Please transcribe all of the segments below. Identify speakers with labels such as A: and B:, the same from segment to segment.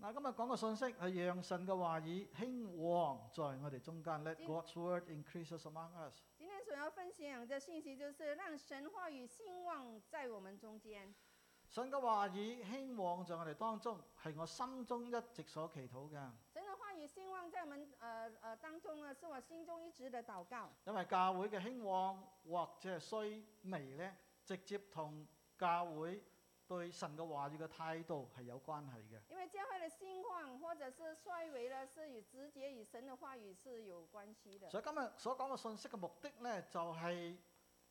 A: 嗱，今日講嘅信息係讓神嘅話語興旺在我哋中間。Let
B: 嗯
A: God's word increases among us。
B: 今天所要分享的信息就是让神话语兴旺在我们中间。
A: 神嘅話語興旺在我哋當中，係我心中一直所祈禱嘅。
B: 神的话语兴旺在我们呃呃当中呢，是我心中一直的祷告。
A: 因為教會嘅興旺或者係衰微呢，直接同教會對神嘅話語嘅態度係有關係嘅。
B: 因为教会的兴旺或者是衰微呢，是与直接与神的话语是有关系的。
A: 所以今日所講嘅信息嘅目的呢，就係、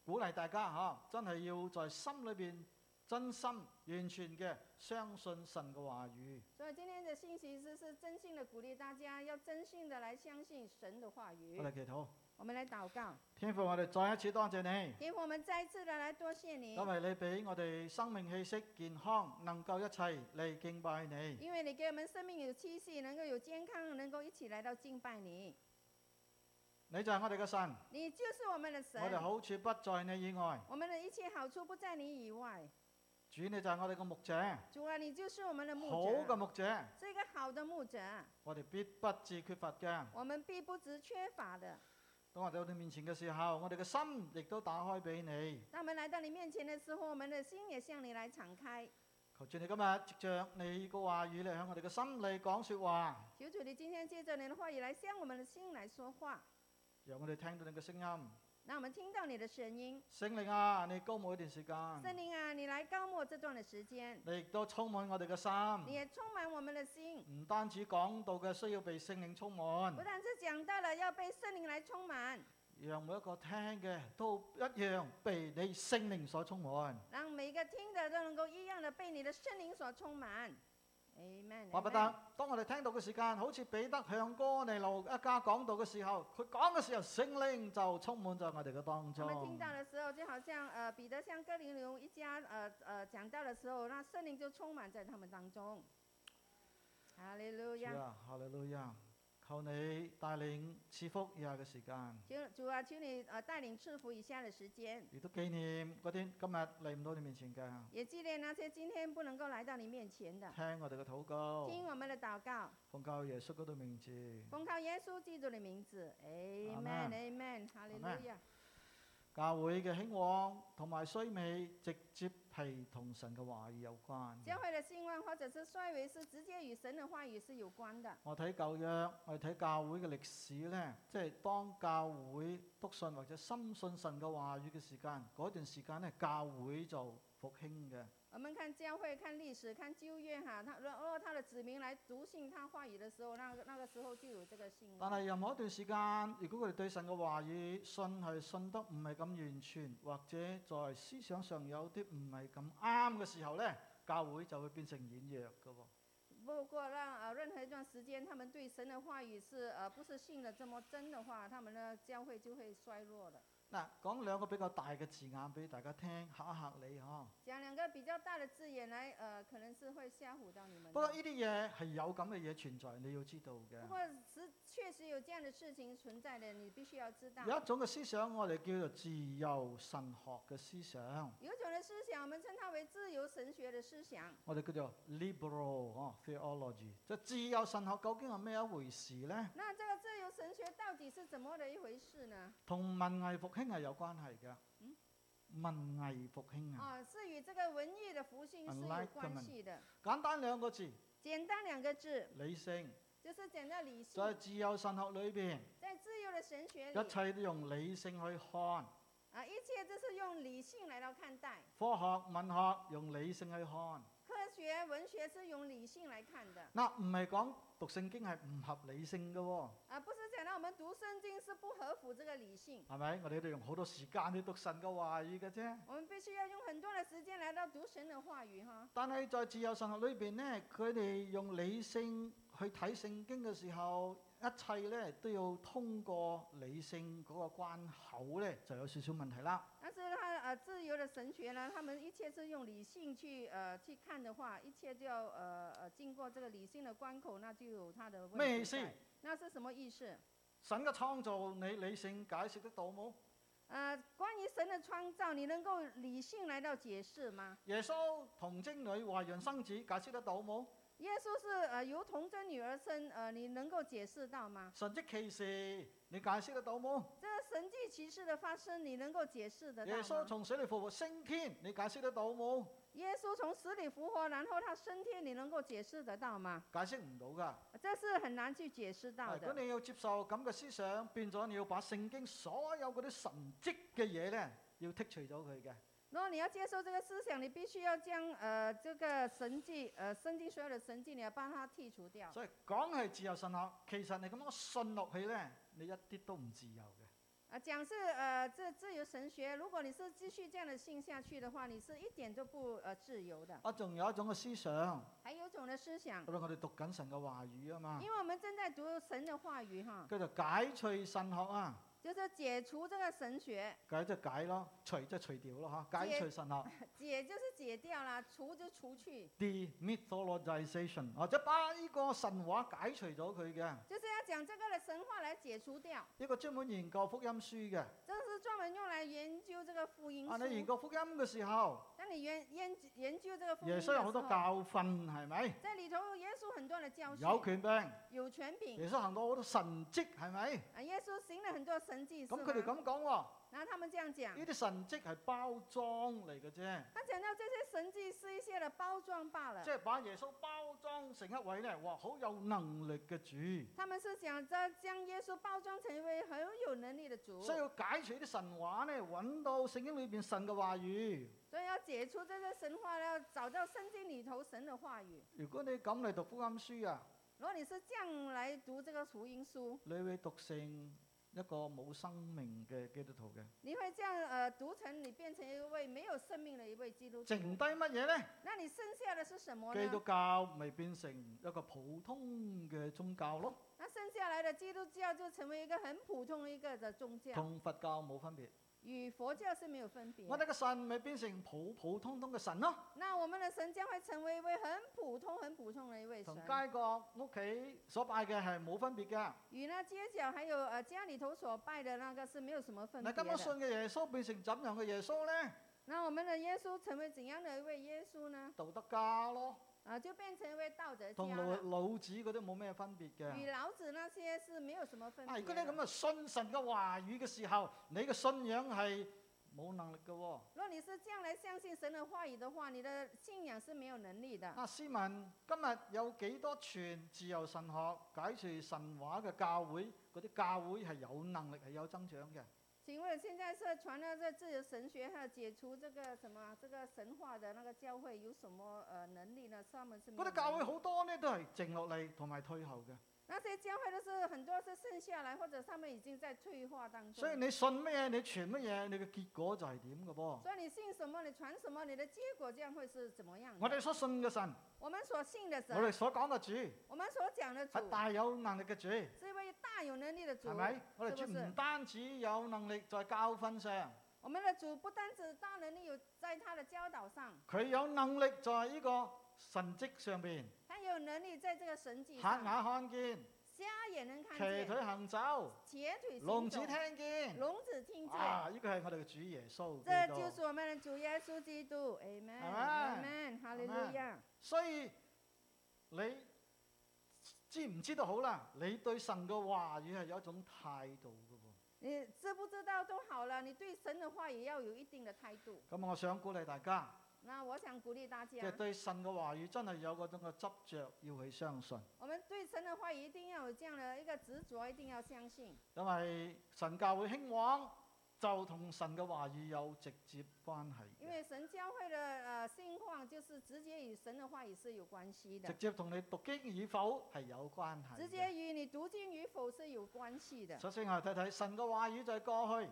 A: 鼓勵大家嚇、啊真係要在心裏邊真心完全嘅相信神嘅話語。
B: 所以今天的信息是是真心的鼓励大家，要真心的来相信神的话语
A: 我。哋祈禱，
B: 我们来禱告，
A: 天父，我哋再一次多謝你。
B: 天父，我们再一次的来多谢你
A: 因，為你俾我哋生命氣息、健康，能夠一齊嚟敬拜你。
B: 因为你给我们生命有气息，能够有健康，能够一起来到敬拜你。
A: 你就係我哋嘅神，
B: 你就是我们的神
A: 我，哋好處不在你以外。
B: 我们的一切好处不在你以外。
A: 主你就係我哋嘅牧者，
B: 主啊，你就是我们的牧
A: 好嘅
B: 者，
A: 牧者，
B: 这个好的牧者，
A: 我哋必不致缺乏嘅。
B: 我们必不知缺乏的。
A: 當我哋到你面前嘅時候，我哋嘅心亦都打開俾你。
B: 当我们来到你面前的时候，我们的心也向你来敞开。
A: 求主你今日藉着你嘅話語嚟向我哋嘅心裏講说話，
B: 求主，你今天借着你的话语来向我们的心来说话，
A: 讓我哋聽到你嘅聲音。
B: 让我们听到你的声音。
A: 聖靈啊，你高每一段時
B: 圣
A: 間，
B: 灵啊，你来高牧这段的时间，
A: 你亦都充滿我哋嘅
B: 你
A: 心。
B: 也充满我们的心，
A: 唔單止講到嘅需要被聖靈充滿
B: 不。但是讲到了要被圣灵来充满，
A: 让每一个听嘅都一样被你圣灵所充满。
B: 让每一个听的都能够一样的被你的圣灵所充满。Amen。
A: 巴不得，当我哋听到嘅时间，好似彼得向哥尼流一家讲到嘅时候，佢讲嘅时候，圣灵就充满在我哋嘅当
B: 他们
A: 中
B: 听到。的时候，就好像呃彼得像哥林流一家呃呃讲到的时候，那圣灵就充满在他们当中。哈利
A: 主
B: 路亚。
A: 啊，哈利路亚！求你带领赐福以下嘅时间，
B: 求主啊，求你呃带领赐福以下的时间，
A: 亦都纪念嗰啲今日嚟唔到你面前嘅，
B: 也纪念那些今天不能够来到你面前的，
A: 听我哋嘅祷告，
B: 听我们的祷告，
A: 奉教耶稣嗰度名字。
B: 奉靠耶稣基督的名字，Amen
A: Amen
B: Amen，哈利路亚。
A: 教会嘅兴旺同埋衰微，直接系同神嘅话语有关嘅。
B: 教会的兴旺或者是衰微，是直接与神的话语是有关的。
A: 我睇舊約，我哋睇教會嘅歷史呢，即係當教會篤信或者深信神嘅話語嘅時間，嗰段時間呢，教會就復興嘅。
B: 我们看教会、看历史、看旧约哈，他若若他的子民来读信他话语的时候，那个那个时候就有这个兴
A: 但
B: 旺。
A: 係任何一段時間，如果佢哋對神嘅話語信係信得唔係咁完全，或者在思想上有啲唔係咁啱嘅時候呢，教會就會變成軟弱嘅喎。
B: 不过让呃任何一段时间，他们对神的话语是呃不是信的这么真的话，他们的教会就会衰落的。
A: 嗱，講兩個比較大嘅字眼俾大家聽，嚇一嚇你嗬。
B: 讲两个比较大的字眼来，呃，可能是会吓唬到你们的。
A: 不過呢啲嘢係有咁嘅嘢存在，你要知道嘅
B: 不。过是确实有这样的事情存在的，你必须要知道。
A: 有一種嘅思想，我哋叫做自由神學嘅思想，
B: 有一种的思想，我们称它为自由神学的思想。
A: 我哋叫做 liberal 哦 theology。即係自由神學究竟係咩一回事呢？
B: 那这个自由神学到底是怎么的一回事呢？
A: 同文藝復興係有關係嘅。
B: 嗯
A: 文藝復興啊，
B: 啊，是与这个文艺的复兴是有
A: Enlightenment
B: 关系的。
A: 簡單兩個字，
B: 简单两个字，
A: 理性。
B: 就是讲到理
A: 就係
B: 性，
A: 自由神學裏邊，
B: 在自由的神学
A: 一
B: 里
A: 切都用理性去看；
B: 啊，一切就是用理性来到看待。
A: 科學、文學用理性去看。
B: 科学文学是用理性来看的
A: 嗱，唔係講讀聖經係唔合理性嘅喎。
B: 啊，不是讲到我们读圣经是不合乎这个理性。
A: 係咪？我哋都用好多時間去讀神嘅話語嘅啫。
B: 我们必须要用很多的时间来到读神的话语哈。
A: 但係在自由神學裏邊呢，佢哋用理性去睇聖經嘅時候，一切呢都要通過理性嗰個關口呢，就有少少問題啦。
B: 但是他呃自由的神学呢，他们一切是用理性去呃去看的话，一切就要呃呃经过这个理性的关口，那就有他的
A: 咩
B: 问
A: 意
B: 题
A: 思？
B: 在。那是什么意思？
A: 神嘅創造，你理性解釋得到冇？
B: 呃，关于神的创造，你能够理性来到解释吗？
A: 耶穌童貞女懷孕生子，解釋得到冇？
B: 耶稣是呃由童贞女而生，呃，你能够解释到吗？
A: 神蹟奇事，你解釋得到冇？
B: 这神迹奇事的发生，你能够解释得到
A: 耶穌
B: 吗？
A: 從死裏復活升天，你解釋得到冇？
B: 耶稣从死里复活，然后他升天，你能够解释得到吗？
A: 解釋唔到㗎。
B: 这是很难去解释到
A: 如果
B: 的。
A: 你要接受咁嘅思想，變咗你要把聖經所有嗰啲神蹟嘅嘢咧，要剔除咗佢嘅。
B: 如果你要接受这个思想，你必须要将呃这个神迹，呃圣经所有的神迹，你要帮它剔除掉。
A: 所以講係自由神學，其實你咁樣信落去咧，你一啲都唔自由嘅。
B: 啊，讲是呃这自由神学，如果你是继续这样的信下去的话，你是一点都不呃自由的。
A: 啊，仲有一種嘅思想，
B: 还有一种的思想
A: 因，為我哋讀緊神嘅話語啊嘛，
B: 因为我们正在读神的话语哈，
A: 佢就解除神學啊，
B: 就是解除这个神学，
A: 解即係解咯，除即係除掉咯嚇，解除神學。
B: 解就是解掉了，除就除去，
A: demythologization，或者把呢個神話解除咗佢嘅。
B: 就是要讲这个的神话来解除掉。
A: 呢個專門研究福音書嘅，
B: 这是专门用来研究这个福音
A: 啊，你研
B: 书。
A: 究福音嘅時候，
B: 当你研研究研究这个福音
A: 耶
B: 的
A: 穌
B: 时
A: 有好多
B: 候，
A: 教訓，係咪？
B: 这里头耶稣很多的教训，
A: 有權柄，
B: 有权柄
A: 耶穌行過好多神蹟，係咪？
B: 啊，耶稣行了很多神迹，是
A: 咁佢哋
B: 吗？
A: 咁講喎，
B: 然后他们这样讲，
A: 呢啲神蹟係包裝嚟嘅啫，
B: 他讲到这些神迹是一些的包装罢了
A: 即。係把耶穌包裝成一位咧，哇，好有能力嘅主，
B: 他们是想着将耶稣包装成为很有能力的主，
A: 所以要解除啲神話咧，揾到聖經裏邊神嘅話語。
B: 所以要解除这些神话，要找到圣经里头神的话语。
A: 如果你咁嚟讀福音書啊，
B: 如果你是这样来读这个福音书，
A: 你會讀成一個冇生命嘅基督徒嘅，
B: 你会这样呃读成你变成一位没有生命的一位基督徒。
A: 剩低乜嘢呢？
B: 那你剩下的是什么
A: 基督
B: 呢？
A: 教咪變成一個普通嘅宗教咯，
B: 那剩下来的基督教就成为一个很普通一个的宗教，
A: 同佛教冇分別。
B: 与佛教是没有分别。
A: 我哋嘅神咪變成普普通通嘅神咯，
B: 那我们的神将会成为一位很普通、很普通的一位神
A: 同，街角屋企所拜嘅係冇分別嘅。
B: 与那街角还有呃家里头所拜的那个是没有什么分别
A: 嗱，今日信
B: 的。
A: 嘅耶穌變成怎樣嘅耶穌呢？
B: 那我们的耶稣成为怎样的一位耶稣呢？
A: 道德家咯，
B: 啊，就变成一位道德家
A: 同
B: 了
A: 老。老子嗰啲冇咩分別嘅。
B: 与老子那些是没有什么分
A: 啊！
B: 别
A: 如果你咁
B: 的。
A: 啊信神嘅話語嘅時候，你嘅信仰係冇能力嘅喎。
B: 如果你是这样来相信神的话语的话，你的信仰是没有能力的。
A: 啊，斯文，今日有幾多傳自由神學、解除神話嘅教會？嗰啲教會係有能力、係有增長嘅。
B: 请问现在是传了这自由神学，还有解除这个什么啊这个神话的那个教会有什么呃能力呢？他们是没有
A: 嗰啲教
B: 能
A: 會
B: 力
A: 好多呢都係靜落嚟同埋退後嘅。
B: 那些教会都是很多是剩下来，或者他们已经在退化当中。
A: 所以你信乜嘢，你傳乜嘢，你嘅結果就係點嘅噃。
B: 所以你信什么，你传什么，你的结果将会是怎么样的？
A: 我哋所信嘅神，
B: 我们所信的
A: 我
B: 神，
A: 哋所講嘅主
B: 我们所讲的主
A: 係大有能力嘅主，係
B: 是一位大有能力的主。
A: 咪？我哋主
B: 是不是
A: 唔單止有能力在教訓上，
B: 我们的主不单只大能力有在他的教导上，
A: 佢有能力在呢個神蹟上邊，
B: 他有能力在这个神迹
A: 瞎
B: 上，
A: 眼看見，
B: 瞎也能看
A: 騎
B: 见，
A: 腿行走。
B: 瘸腿
A: 聾
B: 行
A: 子
B: 走，
A: 聽見，
B: 聋子听见。
A: 啊！呢個係我哋嘅主耶穌
B: 这
A: 基
B: 就
A: 督。
B: 是我们的主耶稣基督，Amen，Amen，
A: Amen
B: 哈利路亚。
A: 所以你知唔知道好啦？你對神嘅話語係有一種態度嘅
B: 你知不知道都好了，你对神的话也要有一定的态度。
A: 喎。咁我想鼓勵大家，
B: 那我想鼓励大
A: 即
B: 家
A: 係，對神嘅話語真係有嗰種嘅執着，要去相信。
B: 我们对神的话一定要有这样的一个执着，一定要相信。
A: 因為神教會興旺，就同神嘅話語有直接關係
B: 因
A: 嘅，
B: 为神教会的呃兴旺，就是直接与神的话也是有关系的
A: 直，接同你讀經與否係有關係
B: 直
A: 嘅。
B: 接与你读经与否是有关系的。
A: 首先我哋睇睇神嘅話語就係過去。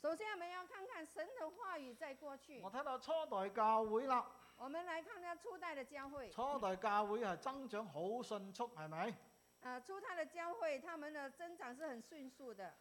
B: 首先，我们要看看神的话语在过去。
A: 我睇到初代教會啦。
B: 我们来看看初代的教会，
A: 初代教會係增長好迅速，係咪？
B: 呃，初代的教会他们的增长是很迅速的，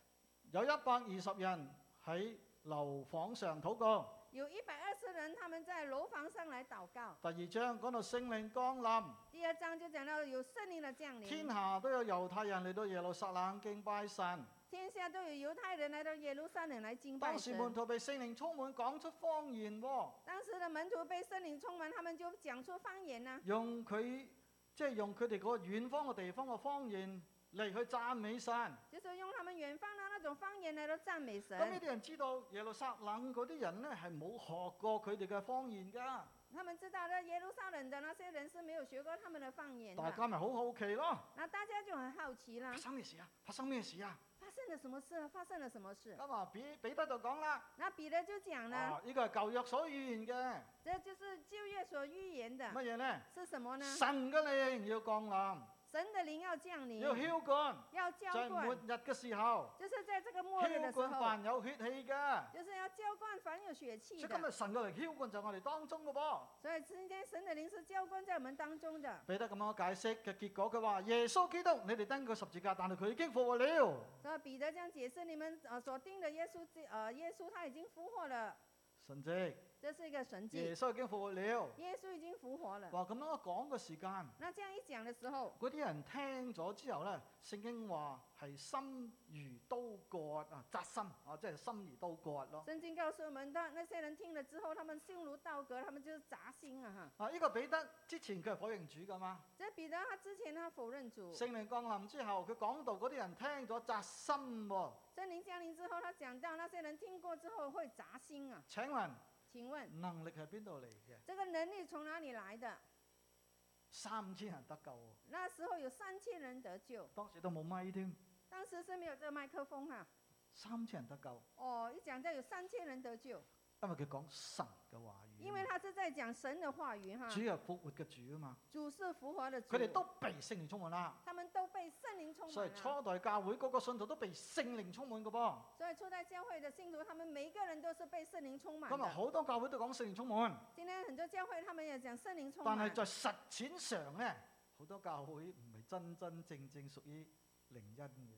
A: 有一百二十人喺樓房上禱告。
B: 有一百二十人他们在楼房上来祷告。
A: 第二章講到聖靈降臨，
B: 第二章就讲到有圣灵的降临，
A: 天下都有猶太人嚟到耶路撒冷敬拜神。
B: 天下都有猶太人来到耶路撒冷来敬拜
A: 當時門
B: 神。
A: 徒被聖靈充滿，講出方言喎，
B: 当时的门徒被圣灵充满，他们就讲出方言呢、
A: 用佢即係用佢哋嗰個遠方嘅地方嘅方言嚟去讚美神。
B: 就是用他们远方的那种方言来到赞美神。
A: 咁呢啲人知道耶路撒冷嗰啲人咧係冇學過佢哋嘅方言㗎，
B: 他们知道的耶路撒冷的那些人是没有学过他们的方言
A: 大
B: 的，
A: 家咪好好奇咯，
B: 那大家就很好奇啦
A: 發，生咩事啊？發生咩事啊？
B: 发生了什么事啊？发生了什么事？
A: 咁啊，彼彼得就講啦，
B: 那彼得就讲了，
A: 啊，呢個係舊約所預言嘅。
B: 这就是旧约所预言的，
A: 乜嘢呢？
B: 是什么呢？
A: 神嘅靈要降臨，
B: 神的灵要降临，
A: 要浇灌，
B: 要
A: 就
B: 浇
A: 係末
B: 嗯灌，
A: 日嘅時候，
B: 就是在这个末日
A: 浇
B: 的时
A: 灌
B: 候，
A: 凡有血氣嘅。
B: 就是要浇灌凡有血
A: 所
B: 气
A: 以今
B: 的。
A: 日神嘅靈浇灌就係我哋當中嘅噃。
B: 所以今天神的灵是浇灌在我们当中的。
A: 彼得咁樣解釋嘅結果，佢話：耶穌基督，你哋登佢十字架，但係佢已經復活了。
B: 所以彼得这样解释：你们呃所定的耶稣之呃耶稣他已经复活了，
A: 神蹟，
B: 这是一个神迹
A: 耶。穌已經復活了。
B: 耶穌已經复活了。
A: 話咁樣講嘅時間，
B: 那這樣一講的時候，
A: 嗰啲人聽咗之後呢，聖經話係心如刀割啊，扎心啊，即係心如刀割咯。
B: 聖經告訴我們，當那些人聽了之後，他們心如刀割，他們就是扎心啊哈。
A: 啊，呢、個彼得之前佢係否認主噶嘛？
B: 這彼得他之前他否認主，
A: 聖靈降臨之後，佢講到嗰啲人聽咗扎心喎、
B: 聖靈降臨之後，他講到那些人聽過之後會扎心啊。
A: 請問
B: 請問
A: 能力係邊度嚟嘅？
B: 這個能力從哪裡來的？
A: 三千人得救喎、
B: 那時候有三千人得救，
A: 當時都冇咪添，
B: 當時是沒有這麥克風哈、
A: 三千人得救，
B: 哦，一講到有三千人得救，
A: 因為佢講神嘅話語
B: 因
A: 啊
B: 為
A: 嘛。
B: 他是在講神的話語哈、
A: 主係復活嘅主啊嘛，
B: 主是复活的主
A: 佢，哋都被聖靈充滿啦，
B: 他們都被聖靈充啊
A: 所以
B: 滿了。
A: 初代教會嗰個信徒都被聖靈充滿嘅噃。
B: 所以初代教会的信徒，他们每一个人都是被聖靈充满
A: 今日
B: 的。
A: 啊好多教會都講聖靈充滿，
B: 今天很多教会他们也讲聖靈充
A: 但
B: 满
A: 係，在實踐上咧，好多教會唔係真真正正屬於靈恩嘅。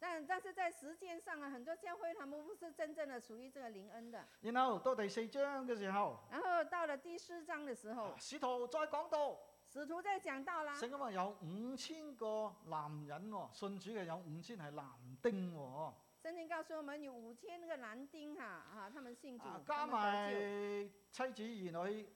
B: 但但是在实践上啊，很多教会他们不是真正的属于这个灵恩的。
A: 然後到第四章嘅時候。啊
B: 然后到了第四章的时候，
A: 使徒再講到，
B: 使徒在講到啦，
A: 聖經話有五千個男人喎，信主嘅有五千係男丁喎，
B: 圣经告诉我们有五千个男丁哈啊，他们信主，
A: 啊
B: 他
A: 加埋
B: 们得
A: 妻
B: 救
A: 子兒女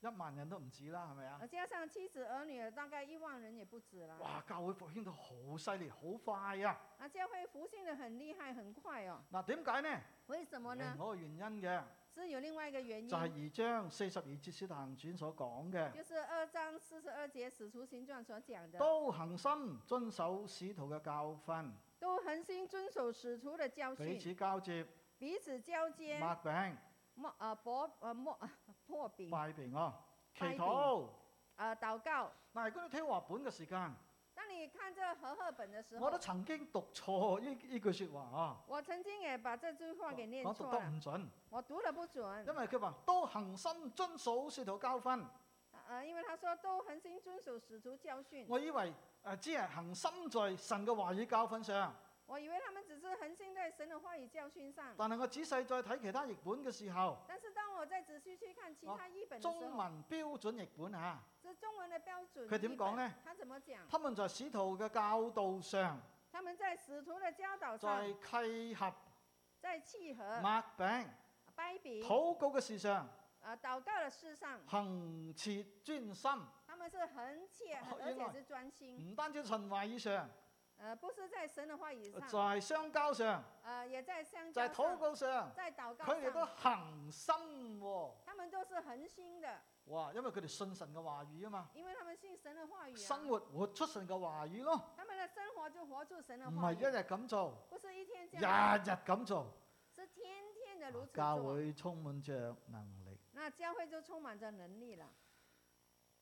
A: 一萬人都唔止啦，係咪啊
B: 啊，？加上妻子儿女，大概一万人也不止啦。
A: 哇！教會復興到好犀利，好快啊！
B: 啊，教会复兴的很厉害，很快哦。
A: 嗱，點解呢？
B: 为什么呢？
A: 有個原因嘅，
B: 是有另外一个原因啊
A: 就，係二章四十二節《使徒行傳》所講嘅，
B: 就是二章四十二节《使徒行传》所讲的。
A: 都恒心遵守使徒嘅教訓，
B: 都恒心遵守使徒的教
A: 彼
B: 训，
A: 此交接，
B: 彼此交接，
A: 擘餅，
B: 莫啊薄啊 莫啊破饼
A: 拜平安，祈
B: 拜餅
A: 禱。
B: 啊禱告。
A: 嗱，如果你聽話本嘅時間。
B: 当你看这和合本的时
A: 我
B: 候
A: 都，曾經讀錯呢呢句説話啊，
B: 我曾经也把这句话给念
A: 我讀
B: 错
A: 得
B: 了，
A: 唔準，
B: 我读了不准
A: 因。為佢話都恒心遵守使徒教訓，
B: 呃，因为他说都恒心遵守使徒教训，
A: 我以為誒、呃只係恒心在神嘅話語教訓上，
B: 我以为他们只是恒心在神的话语教训上。
A: 但係我仔細再睇其他譯本嘅時候，
B: 但是当我再仔细去看其他译本的
A: 中
B: 时候，
A: 文標準譯本啊，
B: 这中文的标准
A: 佢點
B: 译
A: 講
B: 本
A: 呢？
B: 他怎么讲？
A: 他們在使徒嘅教導上，
B: 他们在使徒的教导
A: 在
B: 上，
A: 契合、
B: 在契合、
A: 擘餅、
B: 掰饼、
A: 禱告嘅事上，
B: 啊，祷告的事上，
A: 行切專心，
B: 他们是恒切，
A: 哦
B: 很而
A: 原
B: 且
A: 来
B: 是专心，
A: 唔單止神話以上，
B: 呃，不是在神的话语上，
A: 呃在相交上，
B: 呃，也在相
A: 在
B: 交
A: 禱
B: 上，
A: 告上。
B: 在祷告
A: 佢哋都
B: 上，
A: 恒心喎、
B: 他们都是恒心的，
A: 哇！因為佢哋信神嘅話語啊嘛，
B: 因为他们信神的话语、
A: 生
B: 啊，
A: 活活出神嘅話語咯，
B: 他们的生活就活出神的
A: 唔
B: 话
A: 係一
B: 语，
A: 日咁做，
B: 不是一天
A: 日
B: 这
A: 日
B: 样，
A: 咁做，
B: 是天天的如此
A: 啊教
B: 做，
A: 會充滿着能力。
B: 那教会就充满着能力了。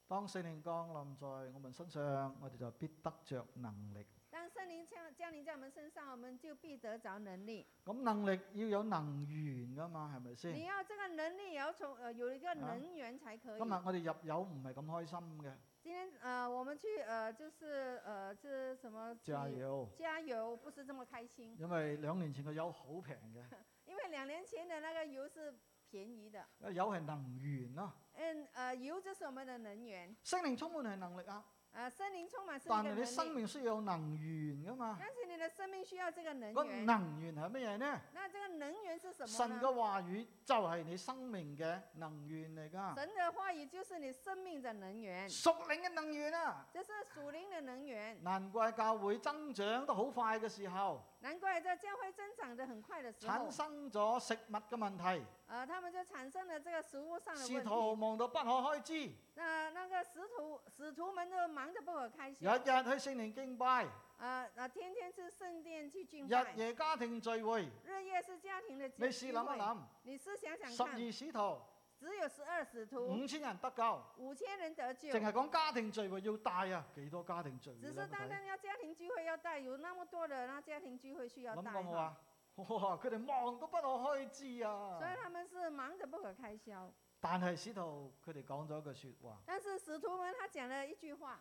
A: 當聖靈降臨在我們身上，我哋就必得着能力。
B: 当圣灵降降临在我们身上，我们就必得着能力。
A: 咁能力要有能源噶嘛，係咪先？
B: 你要这个能力，也要从呃有一个
A: 啊
B: 能源才可以。
A: 今日我哋入油唔係咁開心嘅，
B: 今天呃，我们去呃，就是呃，这什么
A: 加
B: 去
A: 油！
B: 加油，不是这么开心，
A: 因為兩年前嘅油好平嘅，
B: 因为两年前的那个油是便宜的，
A: 油係能源咯。
B: 嗯呃，油就是我们的能源，
A: 聖靈充滿係能力啊，
B: 呃，森林充满是一个
A: 但係
B: 能
A: 你生
B: 力，
A: 命需要有能源噶嘛？
B: 但是你的生命需要这个能
A: 個
B: 源。
A: 能源係乜嘢呢？
B: 那这个能源是什么
A: 神
B: 呢？
A: 嘅話語就係你生命嘅能源嚟㗎，
B: 神的话语就是你生命的能源，
A: 屬靈嘅能源啊！
B: 这是属灵的能源。
A: 難怪教會增長得好快嘅時候，
B: 难怪在教会增长的很快的时候
A: 產，生咗食物嘅問題，
B: 呃，他们就产生了这个食物上的
A: 使
B: 问
A: 徒
B: 题。
A: 忙到不可開支，日
B: 那那个使徒使徒们都忙得不可开
A: 日去
B: 交，
A: 聖靈敬拜，
B: 呃呃，天天去圣殿去敬拜
A: 日，夜家庭聚會。
B: 日夜是家庭的
A: 你
B: 聚
A: 試
B: 聚
A: 諗一
B: 会。
A: 諗，
B: 你思想
A: 十
B: 想看，
A: 二使徒
B: 只有十二使徒，
A: 五千人得救，
B: 五千人得救
A: 淨，係講家庭聚會要帶啊，幾多家庭聚會
B: 只
A: 呢
B: 是
A: 我
B: 单
A: 睇
B: 单要家庭聚会要带，有那么多的那家庭聚会需要
A: 諗
B: 带
A: 過冇
B: 哈，
A: 啊？哇！佢哋忙到不可開支啊！
B: 所以他们是忙得不可开交。
A: 但係使徒佢哋講咗一句説話，
B: 但是使徒们他讲了一句话，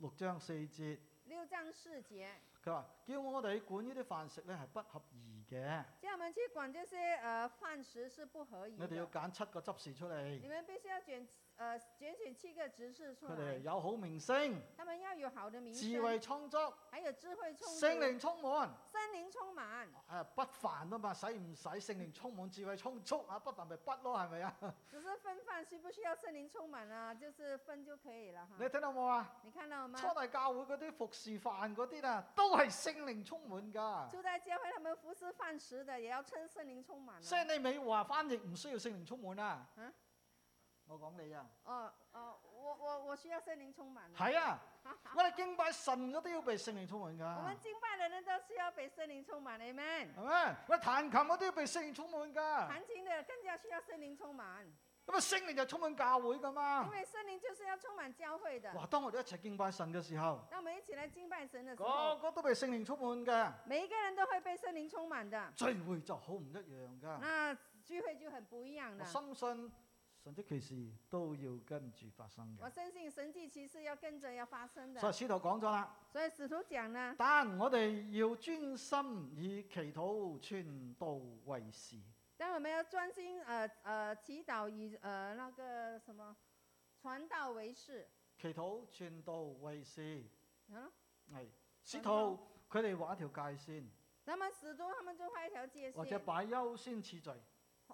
A: 六章四節，
B: 六章四节。
A: 佢話叫我哋管呢啲飯食咧係不合宜嘅，
B: 叫我们去管这些呃饭食是不合宜
A: 你哋要
B: 的，
A: 揀七個執事出
B: 你
A: 嚟，
B: 们必须要卷呃卷选七个执事出
A: 佢哋
B: 来，
A: 有好名聲，
B: 他们要有好的名
A: 智
B: 声，
A: 慧充足，
B: 还有智慧充足，
A: 聖靈充滿，
B: 森林充满。
A: 啊不煩啊嘛，使唔使聖靈充滿智慧充足啊？不煩咪不咯，係咪啊？
B: 只是分饭需不需要森林充满啊？就是分就可以了哈
A: 你。聽到冇啊？
B: 你看到了吗？
A: 初代教會嗰啲服侍飯嗰啲啊，都係聖靈充滿㗎。
B: 住在教会，他们服侍饭食的也要称森林充满、
A: 所以
B: 啊。
A: 你咪話翻譯唔需要聖靈充滿啊？
B: 啊
A: 我講你啊，
B: 哦哦，我我我需要森林充满、啊。
A: 係啊，我哋敬拜神嗰啲要被聖靈充滿
B: 我
A: 㗎
B: 们，敬拜的人都需要被森林充满，amen。
A: 係咪？我哋彈琴嗰啲要被聖靈充滿㗎，
B: 弹琴的更加需要森林充满，
A: 咁啊聖靈就充滿教會㗎
B: 因
A: 嘛。
B: 为森林就是要充满教会的。
A: 哇！當我哋一齊敬拜神嘅時候，
B: 当我们一起来敬拜神的时
A: 個
B: 候，
A: 個都被聖靈充滿嘅，
B: 每一个人都会被圣灵充满的，
A: 聚會就好唔一樣㗎。
B: 那聚会就很不一样
A: 我
B: 了。
A: 深信神蹟奇事都要跟住發生
B: 我
A: 嘅。
B: 深信神迹奇事要跟着要发生的
A: 所以，使徒講咗啦，
B: 所以使徒讲呢，
A: 但我哋要專心以祈禱、傳道為事。
B: 当我们要专心呃呃祈祷以呃那个什么传道为事，
A: 祈禱、傳道、為事，
B: 啊，
A: 係使徒
B: 道
A: 佢哋畫一條界線，
B: 那么使徒他们就画一条界
A: 或者
B: 线，
A: 擺優先次序。佢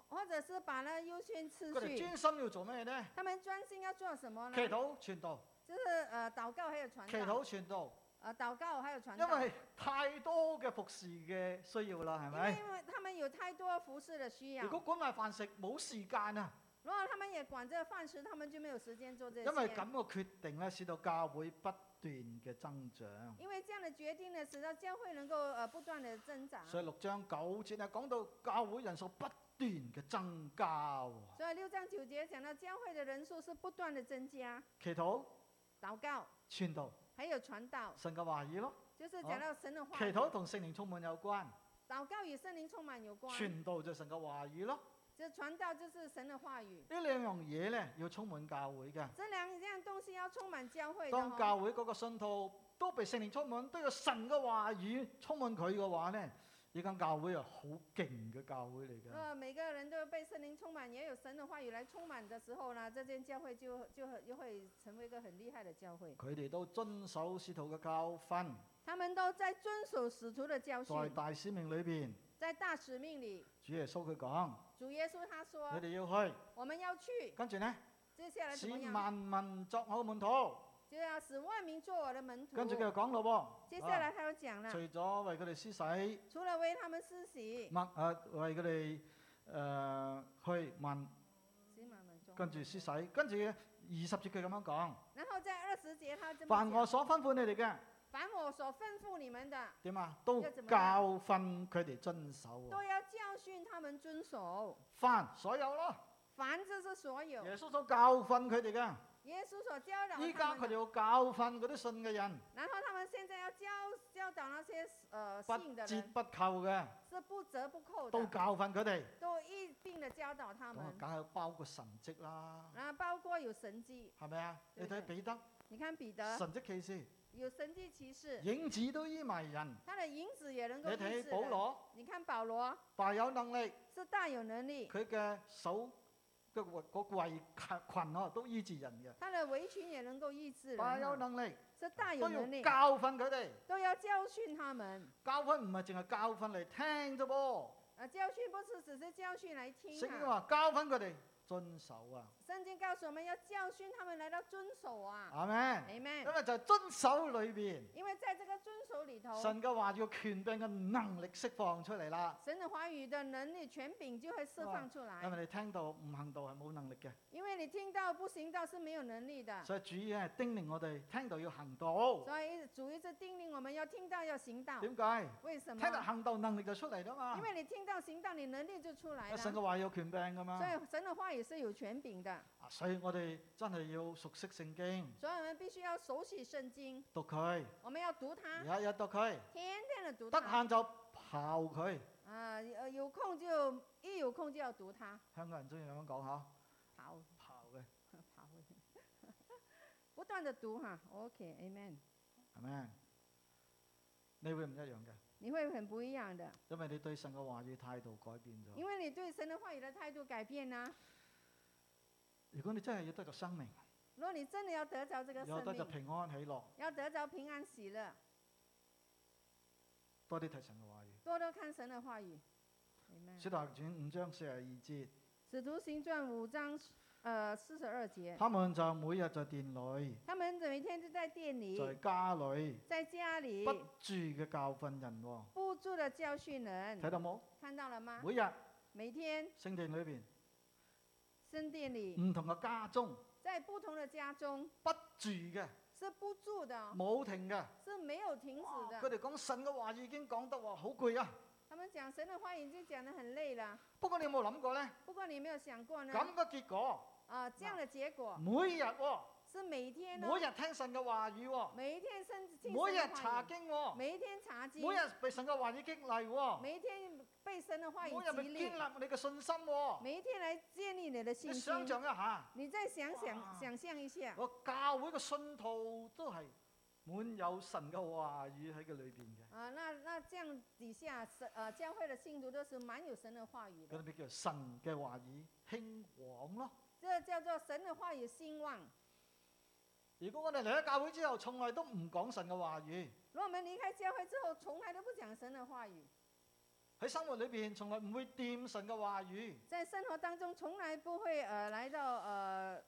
B: 或者是把那优先次
A: 哋
B: 序，
A: 專心要做咩呢？
B: 他们专心要做什么呢
A: 祈？禱、傳道、
B: 就是呃祷告还有传
A: 祈
B: 道，
A: 禱、傳道，
B: 呃祷告还有传
A: 因
B: 道。
A: 為太多嘅服侍嘅需要啦，係
B: 因为
A: 咪？
B: 因为他们有太多服饰的需要
A: 如，果管埋飯食冇時間啊，
B: 如果他们也管这饭食，他们就没有时间做这
A: 因為
B: 些。
A: 咁個決定咧，使到教會不斷嘅增長。
B: 因为这样的决定呢，使得教会能够呃不断的增长。
A: 所以六章九節啊，講到教會人數不斷嘅增加喎，
B: 所以六章九节讲到教会的人数是不断的增加，
A: 祈禱、
B: 祷告
A: 傳道、
B: 还有传道，
A: 神嘅話語咯。
B: 就是讲到神的话
A: 祈
B: 语。
A: 禱同聖靈充滿有關，
B: 祷告与圣灵充满有关，
A: 傳道就神嘅話語咯。
B: 这传道就是神的话语。
A: 呢兩樣嘢咧要充滿教會嘅。
B: 这两样东西要充满教会的、
A: 當
B: 哦。
A: 教會嗰個信徒都被聖靈充滿，都有神嘅話語充滿佢嘅話咧，呢間教會啊好勁嘅教會嚟
B: 如
A: 嘅。
B: 果呃每个人都被圣灵充满，也有神的话语来充满的时候呢，这间教会就就很就会成为一个很厉害的教会。
A: 佢哋都遵守使徒嘅教訓，
B: 他们都在遵守使徒的教
A: 在
B: 训，
A: 大使命裏邊，
B: 在大使命里，
A: 主耶穌佢講：
B: 主耶稣他
A: 你
B: 说
A: 哋要去，
B: 我们要去，
A: 跟住呢，
B: 接下来
A: 使
B: 怎么样？
A: 萬民作我嘅門徒。
B: 就要使万民做我的门徒
A: 跟。住佢又講咯
B: 接
A: 喎，
B: 下
A: 啊
B: 来他又讲
A: 除
B: 了，
A: 咗為佢哋施洗。
B: 除了为他们施洗，
A: 默啊，為佢哋誒去問，
B: 洗满门中
A: 跟住施洗，跟住二十節佢咁樣講：
B: 然后在二十节他这么
A: 凡我
B: 讲，
A: 所吩咐你哋嘅
B: 凡我所吩咐你们的，
A: 點啊，都
B: 一
A: 教
B: 直默啊
A: 訓佢哋遵守喎。
B: 都要教训他们遵守。
A: 凡所有咯，
B: 凡这是所有，
A: 耶穌所教訓佢哋嘅，
B: 耶稣所教导
A: 依家
B: 他
A: 佢
B: 们
A: 哋
B: 的，
A: 要教訓嗰啲信嘅人，
B: 然后他们现在要教教导那些呃
A: 不
B: 信的
A: 折
B: 人，
A: 不扣嘅，
B: 是不折不扣
A: 都
B: 的，
A: 教訓佢哋。
B: 都一并的教导他
A: 咁啊
B: 们，。
A: 梗係包括神蹟啦，
B: 然后包括有神迹，
A: 係咪啊？你
B: 對
A: 睇
B: 對
A: 彼得
B: 你看彼得
A: 神蹟奇事，
B: 有神迹骑士，
A: 影子都醫埋人。
B: 他的银子也能
A: 你
B: 够医治
A: 睇保
B: 人。
A: 羅
B: 你看保罗
A: 大有能力。
B: 是大有能力，
A: 佢嘅手嘅圍嗰個圍群群啊都醫治人嘅，
B: 他的围裙也能够医治人
A: 大有
B: 啊，
A: 能力，
B: 这大有
A: 哎都要
B: 能力，
A: 教訓佢哋。
B: 都要教训他们。
A: 教訓唔係淨係教訓嚟聽啫噃。
B: 啊，教訓不是只是教訓来听
A: 聖經
B: 啊，
A: 話教訓佢哋遵守啊，
B: 圣经告诉我们要教訓他们来到遵守啊
A: 係咪？因
B: À. ，Amen。
A: 為就係遵守裏邊，
B: 因为在这个遵守里头，
A: 神嘅話語嘅權柄嘅能力釋放出嚟啦。
B: 神的话语的能力权柄就会释放出
A: 因
B: 来。
A: 為你聽到唔行道係冇能力嘅，
B: 因为你听到不行道是没有能力的，
A: 所以主要係叮咛我哋聽到要行道。
B: 所以主一直叮咛我们要听到要行道。
A: 點解？
B: 为什
A: 聽到
B: 么？
A: 行道能力就出嚟啦嘛
B: 因。为你听到行道，你能力就出来了。
A: 神啊
B: 所
A: 嘅話有權柄噶嘛。
B: 以神的话也是有权柄的，
A: 啊所以我哋真係要熟悉聖經，
B: 所以我们必须要熟悉圣经，
A: 讀佢，
B: 我们要读它，
A: 日日讀佢，
B: 天天的读
A: 得
B: 它。
A: 閒就刨佢。
B: 啊，呃有空就一有空就要读它。
A: 香港人中意咁樣講嚇，
B: 好，
A: 刨嘅
B: 好， 不断的读哈，OK，Amen，、
A: 係咪？你會唔一樣嘅，
B: 你會很不一樣的，
A: 因為你對神嘅話語態度改變咗。
B: 因為你對神的話語的態度改啊變啦、
A: 如果你真係要得着生命，
B: 如果你真的要得着这个
A: 有得
B: 生
A: 着
B: 命，
A: 平安喜樂，
B: 要得着平安喜樂，
A: 多啲睇神嘅話語。
B: 多多看神的話語。Amen
A: 使徒行傳五章四十二節，
B: 使徒行傳五章呃四十二節，
A: 他們就每日在殿裏、
B: 他們每天就在店里，
A: 在家裏
B: 在家里
A: 不住嘅教訓人喎，
B: 不住的教訓人
A: 睇，到冇？
B: 看到了嗎？
A: 每日
B: 每天
A: 聖殿裏邊
B: 圣殿里，
A: 唔同嘅家中
B: 在不同的家中
A: 不住嘅，
B: 是不住的哦，
A: 冇停嘅。
B: 是沒有停止的
A: 佢。哋講神嘅話已經講得喎，好攰啊！
B: 他们讲神的话已经讲得很累了，
A: 不過你有冇諗過呢？
B: 不过你有没有想过呢？
A: 咁嘅嗯結果，
B: 嗯啊、这样的结果
A: 每日喎，
B: 是每天呢，
A: 每日聽神嘅話語喎，
B: 每一天甚至听
A: 每
B: 神
A: 日
B: 的
A: 查
B: 话语，
A: 經喎，
B: 每一天查经，
A: 每日被神嘅話語激勵喎，
B: 每一天被神的话语
A: 每日
B: 激
A: 咪
B: 励
A: 建，立你嘅信心喎。
B: 每一天来建立你的信
A: 你
B: 心。
A: 想象一下，
B: 你再想想
A: 哇
B: 想象一下，
A: 個教會嘅信徒都係滿有神嘅話語喺佢裏邊嘅，
B: 啊、那那这样底下神呃教会的信徒都是蛮有神的话语
A: 嗰啲
B: 的，
A: 咪叫神嘅話語興旺咯。
B: 这叫做神的话语兴旺。
A: 如果我哋嚟咗教會之後，從來都唔講神嘅話語，
B: 如果我们离开教会之后，从来都不讲神的话语，
A: 喺生活裏邊從來唔會掂神嘅話語。
B: 在生活当中从来不会呃来到呃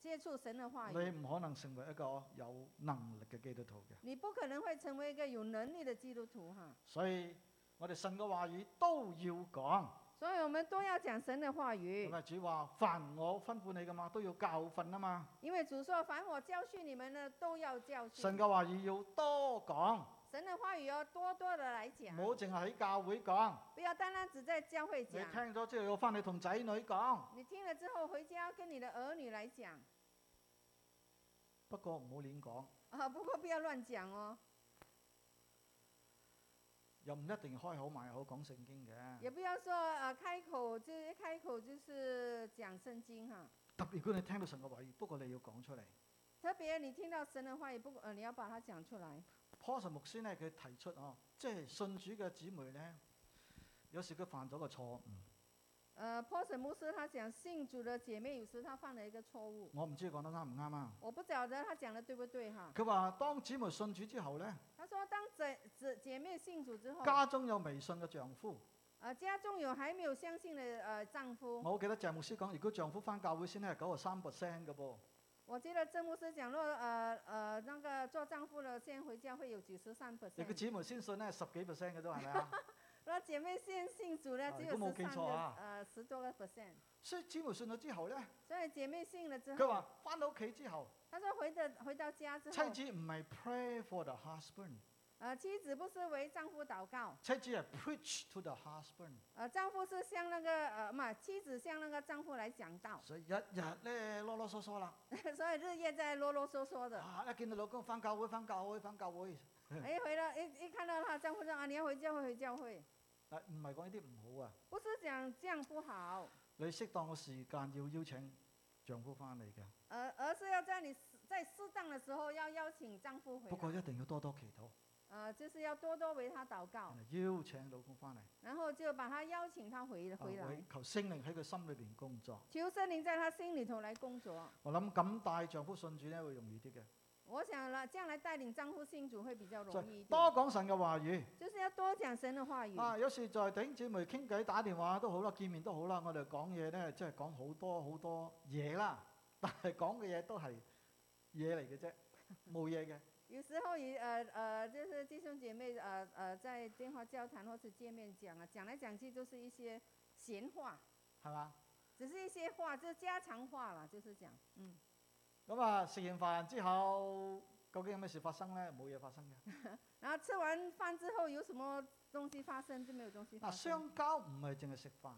B: 接触神的话
A: 你
B: 语，
A: 唔可能成為一個有能力嘅基督徒嘅，
B: 你不可能会成为一个有能力的基督徒哈。
A: 所以我哋神嘅話語都要講。
B: 所以我们都要讲神的话语
A: 因，為啊主話：凡我吩咐你嘅嘛，都要教訓啊嘛。
B: 因为主说：“凡我教训你们的，都要教训。
A: 神嘅話語要多講，唔”
B: 神的话语要多多的来讲，
A: 好淨係喺教會講。
B: 不要单单只在教会
A: 你
B: 讲。
A: 聽咗之後要翻去同仔女講，
B: 你听了之后回家跟你的儿女来讲
A: 不過唔好亂講，
B: 啊，不过不要乱讲哦，
A: 又唔一定開口埋口講聖經
B: 也
A: 嘅。
B: 不要说啊开口就一开口就是讲圣经哈。
A: 特別如果你聽到神嘅話語，不過你要講出嚟。
B: 特别你听到神的话，也不呃你要把它讲出来。
A: p 神牧師呢，佢提出哦，即係信主嘅姊妹呢，有時佢犯咗個錯誤，
B: 呃 p a u s 牧师他讲信主的姐妹有时她犯了一个错误，
A: 我唔知佢講得啱唔啱啊。
B: 我不晓得他讲的对不对哈。
A: 佢話：當姊妹信主之後呢，
B: 他说当姐姐姐妹信主之后，
A: 家中有微信嘅丈夫，
B: 呃家中有还没有相信的呃丈夫，
A: 我記得鄭牧師講，如果丈夫翻教會先係九十三 percent 嘅噃，
B: 我记得郑牧师讲若呃呃那个做丈夫的先回家会有九十三
A: 你個
B: percent，
A: 姊妹先信呢，十幾 percent 嘅啫，係咪 啊？
B: 那姐妹先信主呢
A: 啊
B: 只有
A: 如果
B: 十
A: 冇記
B: 三
A: 錯
B: 个
A: 啊
B: 呃十多个 percent，
A: 所以姊妹信咗之後呢，
B: 所以姐妹信了之
A: 佢
B: 后，
A: 話翻到屋企之後，
B: 他说回的回到家之
A: 妻
B: 后，
A: 子唔係 pray for the husband，
B: 呃妻子不是为丈夫祷告。
A: 妻子係 preach to the husband，
B: 呃，丈夫是向那个呃嘛，妻子向那个丈夫来讲道，
A: 所以日日呢，啰啰嗦嗦啦，
B: 所以日夜在啰啰嗦嗦的。
A: 啊一見到老公翻教會翻教會翻教會，
B: 哎，回到一一看到她丈夫说啊，你要回教会，回教会，
A: 啊唔係講呢啲唔好啊，
B: 不是讲这样不好，
A: 你適當嘅時間要邀請丈夫翻嚟嘅，
B: 而而是要在你适在适当的时候要邀请丈夫回
A: 不過
B: 来。
A: 一定要多多祈禱。
B: 呃，就是要多多为他祷告，
A: 然後邀請老公翻嚟，
B: 然后就把他邀请他回回
A: 啊
B: 来
A: 為，求聖靈喺佢心裏邊工作。
B: 求圣灵在他心里头来工作。
A: 我諗咁帶丈夫信主咧會容易啲嘅，
B: 我想了，将来带领丈夫信主会比较
A: 所
B: 容易一
A: 以
B: 点，
A: 多講神嘅話語。
B: 就是要多讲神的话语。
A: 啊，有時在弟兄姊妹傾偈、打電話都好啦，見面都好啦，我哋講嘢咧，即係講好多好多嘢啦， 但係講嘅嘢都係嘢嚟嘅 啫，冇嘢嘅。
B: 有时候也呃呃，就是弟兄姐妹呃呃，在电话交谈或是见面讲啊，讲来讲去就是一些闲话，
A: 係嘛？
B: 只是一些话，就是家常话啦，就是讲，嗯，
A: 咁啊，食完飯之後，究竟有咩事發生咧？冇嘢發生 嘅。
B: 然后吃完饭之后有什么东西发生就没有东西发
A: 嗱，
B: 生。
A: 相交唔係淨係食飯，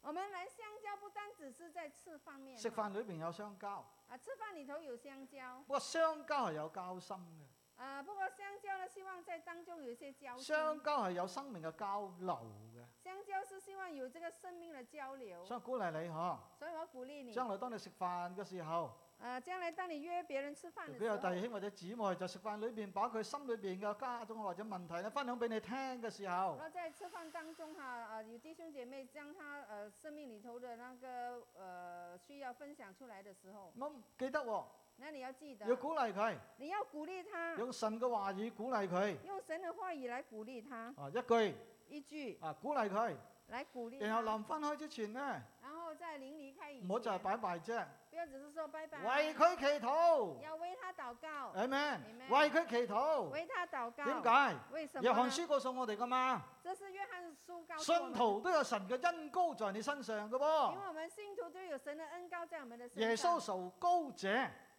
B: 我们来相交，不单只是在吃方面，
A: 食飯裏邊有相交，
B: 啊，吃饭里头有相交，
A: 不過相交係有交心嘅，
B: 啊，不过相交呢，希望在当中有一些交心，
A: 相交係有生命嘅交流嘅。
B: 相交是希望有这个生命的交流，
A: 所以鼓勵你嗬，
B: 所以我鼓励你，
A: 將來當你食飯嘅時候。
B: 呃，将来当你约别人吃饭的
A: 佢
B: 时
A: 有
B: 候。
A: 弟兄或者姊妹就食飯裏邊把佢心裏邊嘅家中或者問題咧分享俾你聽嘅時候
B: 然，后在吃饭当中哈，啊，有弟兄姐妹将他呃生命里头的那个呃需要分享出来的时候，
A: 咁記得喎，
B: 那你要记得，
A: 要鼓勵佢，
B: 你要鼓励他，
A: 用神嘅話語鼓勵佢，
B: 用神的话语来鼓励他，
A: 啊一句
B: 一句
A: 啊鼓勵佢，
B: 来鼓励
A: 然後
B: 他，
A: 臨分開之前咧，
B: 然后在临离开以
A: 唔好就係
B: 前，
A: 拜拜啫，
B: 不要只是说拜
A: 為
B: 拜，
A: 佢祈禱
B: 要为他祷告，
A: ，amen，
B: Amen
A: 為佢祈禱，
B: 为他祷告。
A: 點解？
B: 为什
A: 約
B: 么
A: 翰
B: 呢？
A: 書告訴我哋噶嘛，
B: 这是约翰书告诉我
A: 信
B: 们，
A: 徒都有神嘅恩高在你身上嘅
B: 因为
A: 噃，
B: 我们信徒都有神的恩高在我们的
A: 耶
B: 身
A: 穌
B: 上。
A: 受高者，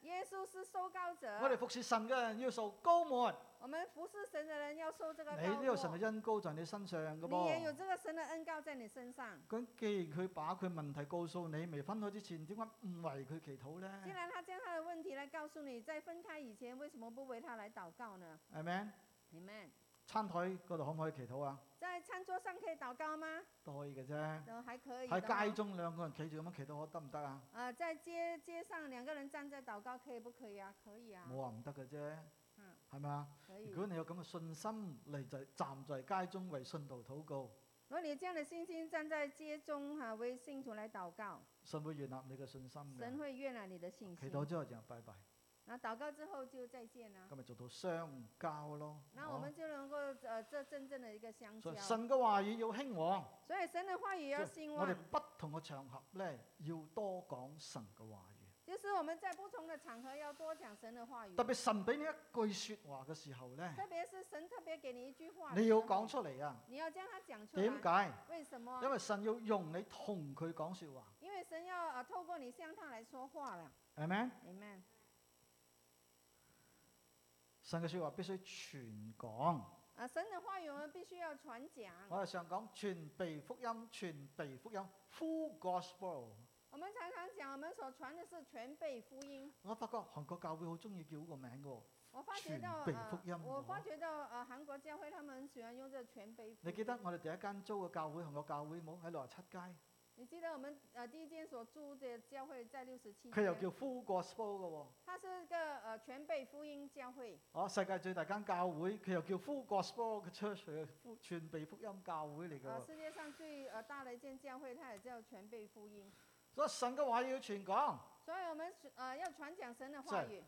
B: 耶稣是受膏者，
A: 我哋服侍神嘅人要受高末。
B: 我们服侍神的人要受这个
A: 你呢
B: 高
A: 個神
B: 过
A: 嘅。恩高就喺你身上嘅
B: 你也有
A: 噃。
B: 这个神的恩膏在你身上。
A: 咁既然佢把佢問題告訴你，未分開之前，點解唔為佢祈禱
B: 既
A: 咧？
B: 然他将他的问题来告诉你，在分开以前，为什么不为他来祷告呢？
A: 係咪？
B: 你们
A: 餐台嗰度可唔可以祈禱啊？
B: 在餐桌上可以祷告吗？
A: 都可以嘅啫。
B: 然后还可以的哦。
A: 喺街中兩個人企住咁樣祈禱，可得唔得啊？
B: 呃，在街街上两个人站在祷告，可以不可以啊？可以啊，
A: 冇話唔得嘅啫
B: 嗯，
A: 係咪啊？
B: 可以。
A: 如
B: 如
A: 果你有咁嘅信心嚟就站在街中為信徒禱告，
B: 果你有这样的信心站在街中哈、为信徒来祷告，
A: 神會接納你嘅信心
B: 神
A: 嘅。
B: 会悦纳你的信
A: 祈
B: 心。
A: 禱之後就拜拜，
B: 那祷告之后就再见啦、
A: 咁咪做到相交咯。
B: 那我
A: 哦
B: 们就能够呃，这真正的一个相交
A: 所以。神嘅話語要興旺。
B: 所以神的话语要
A: 即
B: 兴
A: 我哋
B: 旺。
A: 不同嘅場合咧，要多講神嘅話語。
B: 就是我们在不同的场合要多讲神的话语，
A: 特別神俾你一句说話嘅時候咧，
B: 特别是神特别给你一句话，
A: 你要講，出嚟啊！
B: 你要将它讲出来。
A: 點解？
B: 为什么
A: 因？為神要用你同佢講说話，
B: 因为神要啊透过你向他来说话了。
A: 係咪？
B: Amen。
A: 神嘅说話必須全講。
B: 啊，神的话语我们必须要传讲。
A: 我哋常講全備福音，全備福音 （full gospel）。
B: 我们常常讲，我们所传的是全备福音。
A: 我發覺韓國教會好中意叫呢個名嘅喎。
B: 我发觉到
A: 全备福音
B: 呃，我
A: 哦
B: 发觉到呃，韩国教会他们很喜欢用这全备福音。
A: 你記得我啊哋第一間租嘅教會韓國教會冇喺六十七街，
B: 你记得我们呃第一间所住的教会在六十七
A: 佢又
B: 街，
A: 叫 full gospel 嘅喎。
B: 它是个呃全备福音教会。
A: 哦，世界最大間教會，佢又叫 Full Gospel 嘅 Church，佢係呼全備福音教會嚟嘅
B: 啊，
A: 喎。
B: 世界上最呃大的一间教会，它也叫全被福音。
A: 所以神嘅話要全講，
B: 所以我们是呃要传讲神的话
A: 是哎
B: 语，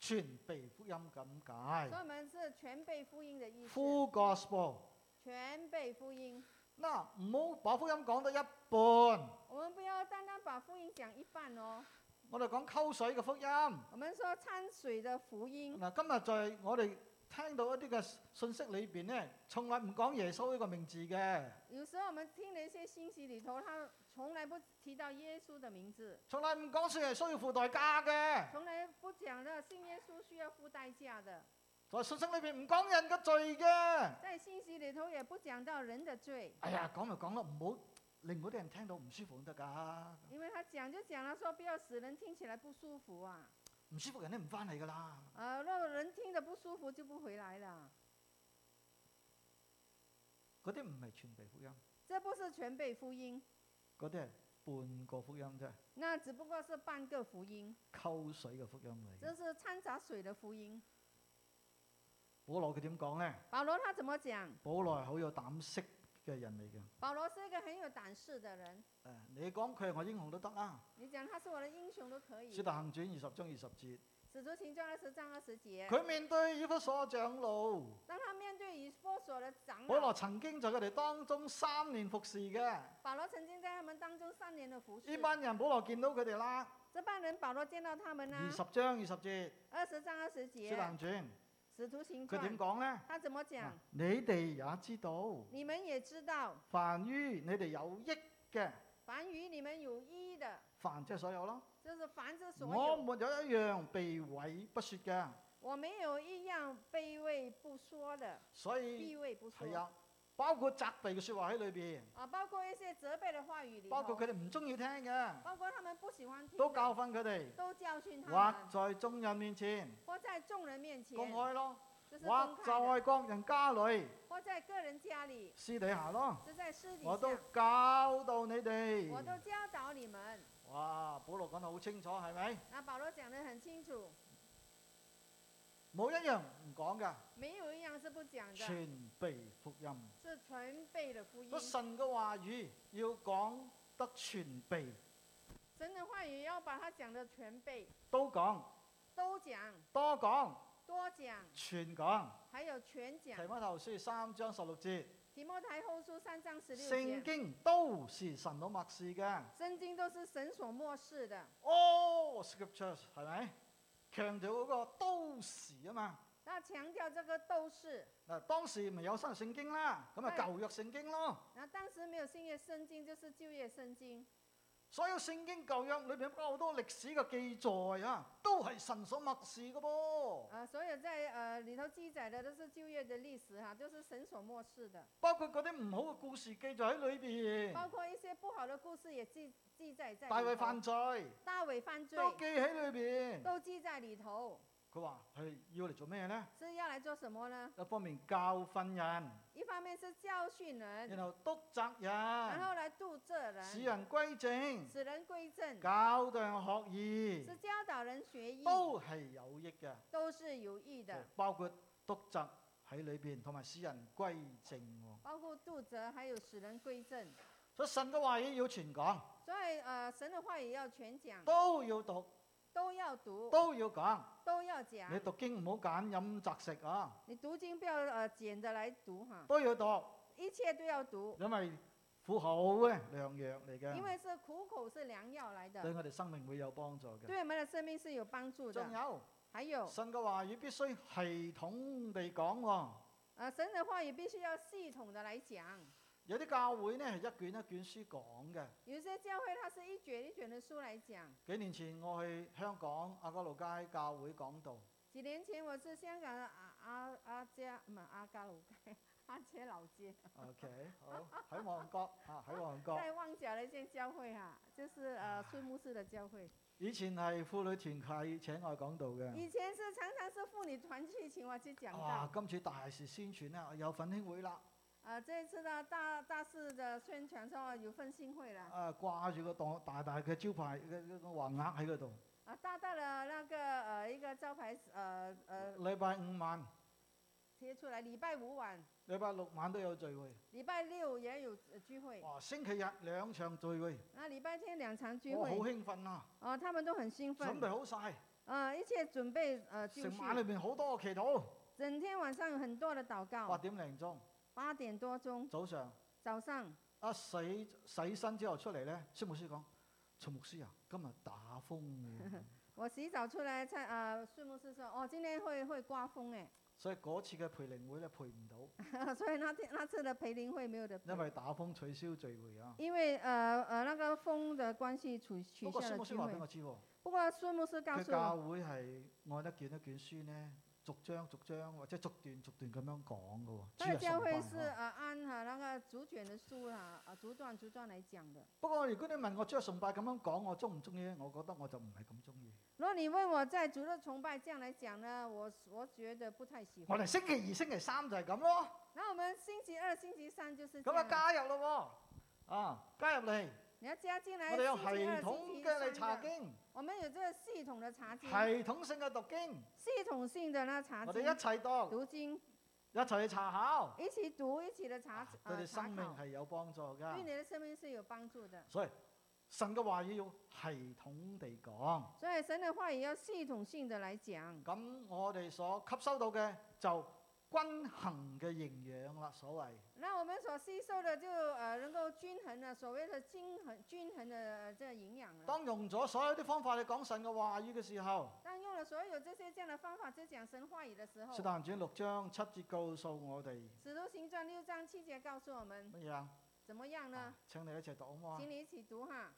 A: 全備福音咁
B: 所以
A: 解。
B: 我们是全被福音的意思，
A: Full Gospel，
B: 全被福音。
A: 嗱唔好把福音講得一半，
B: 我们不要单单把福音讲一半哦，
A: 我哋講溝水嘅福音。
B: 我们说掺水的福音。
A: 嗱，今日在我哋聽到一啲嘅信息裏邊咧，從來唔講耶穌呢個名字嘅，
B: 有時候我们听了一些信息里头，他从来不提到耶稣的名字，
A: 從來唔講信耶穌要付代價嘅。
B: 从来不讲到信耶稣需要付代价的，
A: 在信息裏邊唔講人嘅罪嘅。
B: 在信息里头也不讲到人的罪，
A: 哎呀，講咪講咯，唔好令嗰啲人聽到唔舒服都得㗎，
B: 因为他讲就讲了，说不要使人听起来不舒服啊。
A: 唔舒服人咧唔翻嚟㗎啦。
B: 呃，若人听着不舒服就不回来了，
A: 嗰啲唔係全備福音，
B: 这不是全被福音，
A: 嗰啲係半個福音啫，
B: 那只不过是半个福音，嗯
A: 溝水嘅福音嚟
B: 这
A: 嘅。
B: 是掺杂水的福音。
A: 保羅佢點講呢？
B: 保罗他怎么讲？
A: 保羅係好有膽識嘅人嚟嘅。誒、
B: 保罗是一个很有胆识的人，
A: 你講佢係我英雄都得啊。
B: 你讲他是我的英雄都可以
A: 《使。徒行傳》二十章二十節，
B: 使徒行传二十章二十节，
A: 佢面對以弗所長老，
B: 当他面对以波所的长
A: 保
B: 老，
A: 羅曾經在佢哋當中三年服侍嘅。
B: 保罗曾经在他们当中三年的服侍
A: 呢。班人保羅見到佢哋啦，
B: 这班人，保罗见到他们呢、
A: 二十章二十節，《
B: 二十章二十
A: 使
B: 节
A: 徒，行傳》
B: 使徒行
A: 佢點
B: 传，
A: 講呢？
B: 他怎么
A: 嗱
B: 讲？
A: 你哋也知道，
B: 你们也知道，
A: 凡於你哋有益嘅，
B: 凡与你们有益的，
A: 凡即係所有咯。
B: 就是凡之所
A: 我
B: 有，
A: 沒有一樣被毀不說嘅，
B: 我没有一样卑微不说的，
A: 所以
B: 卑微不说
A: 係。啊，包括責備嘅説話喺裏邊，
B: 啊，包括一些责备的话语里
A: 包
B: 头，
A: 括佢哋唔中意聽嘅，
B: 包括他们不喜欢听的，
A: 都教訓佢哋，
B: 都教训他
A: 或
B: 们，
A: 在眾人面前
B: 或在众人面前，
A: 公開咯，
B: 这是
A: 或
B: 公开的，
A: 在各人家裏
B: 或在个人家里，
A: 私底下咯，
B: 这在私底下，
A: 我都教導你
B: 我都
A: 哋。
B: 教导你们。
A: 哇，保羅講得好清楚，係咪？
B: 那保罗讲得很清楚，
A: 冇一樣唔講嘅，
B: 没有一样是不讲的，
A: 全被福音。
B: 是全备的福音
A: 個。神嘅話語要講得全備，
B: 神的话语要把它讲的全备，
A: 都講，
B: 都讲，
A: 多講，
B: 多讲，
A: 全講。
B: 还有全讲
A: 提。摩太後書三章十六節，
B: 提摩太后书三章十六
A: 聖
B: 节，
A: 經都是神所默示嘅。
B: 圣经都是神所漠视的。
A: All scriptures 係咪？強調嗰個都是啊嘛。
B: 那强调这个都是。
A: 嗱，當時咪有新約聖經啦，咁啊
B: 係
A: 舊約聖經咯。
B: 那当时没有新约圣经，就是旧约圣经。
A: 所有聖經舊約裏邊包括好多歷史嘅記載啊，都係神所默示嘅噃。
B: 呃，所有在呃里头记载的都是旧约的历史哈、就是神所漠视的，
A: 包括嗰啲唔好嘅故事記載喺裏邊
B: 包，括一些不好的故事也记记载在里
A: 嗯大
B: 头。
A: 衛犯罪
B: 大卫犯罪
A: 都記喺裏邊。
B: 都记在里头，
A: 佢話係要嚟做咩呢？
B: 是要来做什么呢？
A: 一方面教訓人，
B: 一方面是教训人，
A: 然後督責
B: 然
A: 人。
B: 后来度责
A: 使
B: 人，
A: 人歸正，
B: 使人归正，
A: 教導人學義
B: 是，教导人学艺，
A: 都係有益嘅，
B: 都是有益的，
A: 包括督責喺裏邊，同埋使人歸正喎。
B: 包括度责，还有使人归正。
A: 所以神嘅話語要全講，
B: 所以呃，神的话也要全讲，
A: 都要讀，
B: 都要读，
A: 都要講。
B: 都要讲
A: 你。讀經唔好揀飲擇食啊，
B: 你读经不要呃捡着来读哈，
A: 都要讀，
B: 一切都要读，
A: 因為苦口嘅良藥嚟嘅，
B: 因为是苦口是良药来
A: 對
B: 的，
A: 我哋生命會有幫助嘅。
B: 对我们的生命是有帮助
A: 仲
B: 的。
A: 有
B: 还有，
A: 神嘅話語必須系統地講喎。
B: 呃，神的话也必须要系统的来讲。
A: 有啲教會呢係一卷一卷書講嘅。
B: 有些教会它是一卷一卷的书来讲。
A: 幾年前我去香港亞哥路街教會講道，
B: 几年前我是香港的阿阿阿家，唔系阿家老街，阿姐老街，
A: OK，好喺旺角啊，喺旺角。
B: 在旺角的一间教会哈、就是呃孙牧师的教会。
A: 以前係婦女團契請我講道嘅，
B: 以前是常常是妇女团去请我去讲
A: 哇！
B: 道，
A: 今次大事宣傳啦，有粉興會啦，
B: 呃，这一次呢大大肆的宣传说有份新会了。
A: 啊掛住個檔大大嘅招牌嘅嘅個橫額喺嗰度。
B: 啊，大大的那个呃一个招牌呃呃
A: 禮拜五晚、
B: 贴出来，礼拜五晚、
A: 禮拜六晚都有聚會，
B: 礼拜六也有呃聚会，
A: 哇！星期日兩場聚會，
B: 那礼拜天两场聚
A: 我好
B: 会，
A: 興奮啊！
B: 哦，他们都很兴
A: 準
B: 奋，
A: 備好晒，
B: 啊，一切准备呃就
A: 成晚裏
B: 绪，
A: 邊好多祈禱，
B: 整天晚上有很多的祷
A: 八
B: 告，
A: 點零鐘
B: 八點多钟
A: 早上。
B: 早上，
A: 一洗洗身之後出嚟咧，孫牧師講：曹牧師啊，今日打啊風 喎
B: 我洗澡出来才呃孙牧师说，哦，今天会会刮风哎，
A: 所以嗰次嘅培靈會咧陪唔到，
B: 所以那天那次的培林会没有的，
A: 因為打風取消聚會啊。
B: 因为呃呃那个风的关系取 取
A: 不
B: 消
A: 過孫
B: 了
A: 牧
B: 聚
A: 師話
B: 会
A: 俾。我知喎，
B: 不过孙牧师告
A: 佢
B: 诉我
A: 教。會係按一卷一卷書咧，逐章逐章或者逐段逐段咁樣講嘅喎。
B: 那
A: 主日
B: 教
A: 崇拜
B: 会是
A: 啊
B: 呃按哈那个竹卷的书啊啊竹段竹段来讲的。
A: 不過如果你問我主日崇拜咁樣講，我中唔中意咧？我覺得我就唔係咁中意。
B: 如果你问我在主日崇拜这样来讲呢，我我觉得不太喜
A: 我
B: 欢。
A: 哋星期二、星期三就係咁咯，
B: 那我们星期二、星期三就是
A: 咁
B: 这
A: 啊
B: 样，
A: 加入咯喎，啊加入嚟，
B: 你要加进来
A: 我哋有
B: 星期二、
A: 系
B: 星
A: 統
B: 期
A: 嘅嚟查
B: 三的，
A: 經，
B: 我们有这个系统的查经，啊
A: 系統性嘅讀經，
B: 系统性的呢查
A: 我哋
B: 经
A: 一、齊讀，
B: 读经，
A: 一齊去查考，
B: 一起读，一起的查
A: 啊對
B: 呃
A: 你
B: 查
A: 生命啊
B: 考，
A: 係有幫助
B: 对
A: 㗎。
B: 你的生命是有帮助的。
A: 所以神嘅話語要系統地講。
B: 所以神的话也要系统性的来讲，
A: 咁我哋所吸收到嘅就均衡嘅營養啦，所謂。
B: 那我们所吸收的就呃能够均衡了，所谓的均衡均衡的呃这个营养了。
A: 當用咗所有啲方法嚟講神嘅話語嘅時候，
B: 当用了所有这些这样的方法去讲神话语的时候，
A: 《使徒行傳》六章七節告訴我哋
B: 使徒行传六章七节告诉我们
A: 乜嘢啊？
B: 怎么样呢
A: 啊？請你一齊讀好唔好啊
B: 请你一起读哈。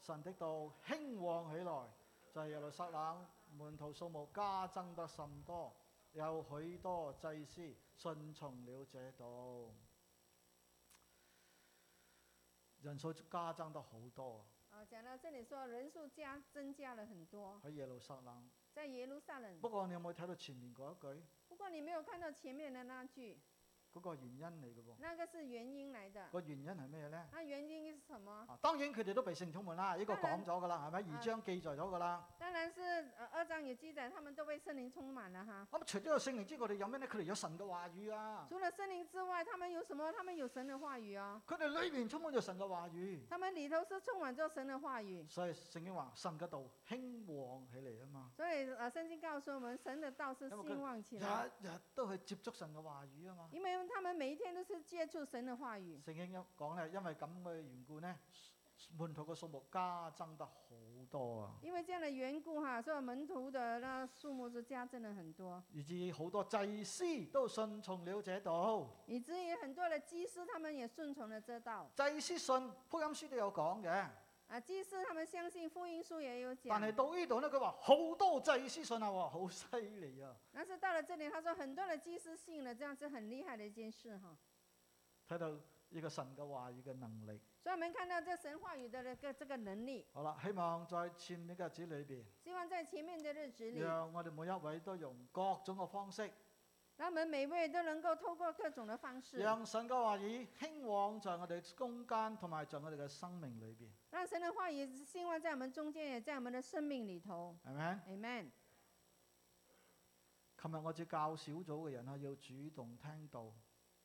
A: 神的道興旺起來，就係耶路撒冷門徒數目加增得甚多，有許多祭司順從了這道，人數加增得好多
B: 呃，讲到这里说人数加增加了很多，
A: 喺耶路撒冷。
B: 在耶路撒冷
A: 不。過你有冇睇到前面嗰一句？
B: 不过你没有看到前面的那句，
A: 嗰個原因嚟嘅喎。
B: 那个是原因来的。
A: 個原因係咩呢？
B: 那原因是什么？
A: 啊，當然佢哋都被聖充滿啦，呢個
B: 當
A: 講
B: 然
A: 咗㗎啦，係咪？
B: 啊
A: 二章記載咗㗎啦。
B: 当然是呃二章有记载，他们都被圣灵充满了哈。
A: 咁除咗有聖靈之外，佢哋有咩呢？佢哋有神嘅話語啊！
B: 除了圣灵之外，他们有什么？他们有神的话语哦，
A: 佢哋裏面充滿咗神嘅話語，
B: 他们里頭是充满着神的话语。
A: 所以聖經話神嘅道興旺起嚟啊嘛，
B: 所以呃，圣经告诉我们，神的道是
A: 那么跟
B: 兴旺起
A: 日
B: 来，
A: 日都去接觸神嘅話語啊嘛。
B: 因為他们每一天都是接觸神的話語。
A: 聖經講咧，因為咁嘅緣故呢，門徒嘅數目加增得好多啊，
B: 因为这样的緣故哈，所以门徒的那数目是加增了很多，
A: 以至好多祭司都信從了這道。
B: 以至于很多的祭司他们也顺从了这道
A: 祭司信福音書都有講嘅。
B: 啊。祭司他们相信福音书也有
A: 但係
B: 讲，
A: 到呢度咧，佢話好多祭司信啊，哇好犀利啊！
B: 但是到了这里，他说很多的祭司信了，这样是很厉害的一件事哈。
A: 睇到呢個神嘅話語嘅能力。
B: 所以我们看到这神话语的这个这个能力，
A: 好啦，希望在前面嘅日子裏邊，
B: 希望在前面的日子里，
A: 讓我哋每一位都用各種嘅方式，
B: 让我们每位都能够透过各种的方式，
A: 讓神嘅話語興旺在我哋嘅空間同埋在我哋嘅生命裏邊，
B: 让神的话语兴旺在我们中间，也在我们的生命里头。
A: 係咪？
B: Amen。
A: 琴日我只教小組嘅人啊，要主動聽到，唔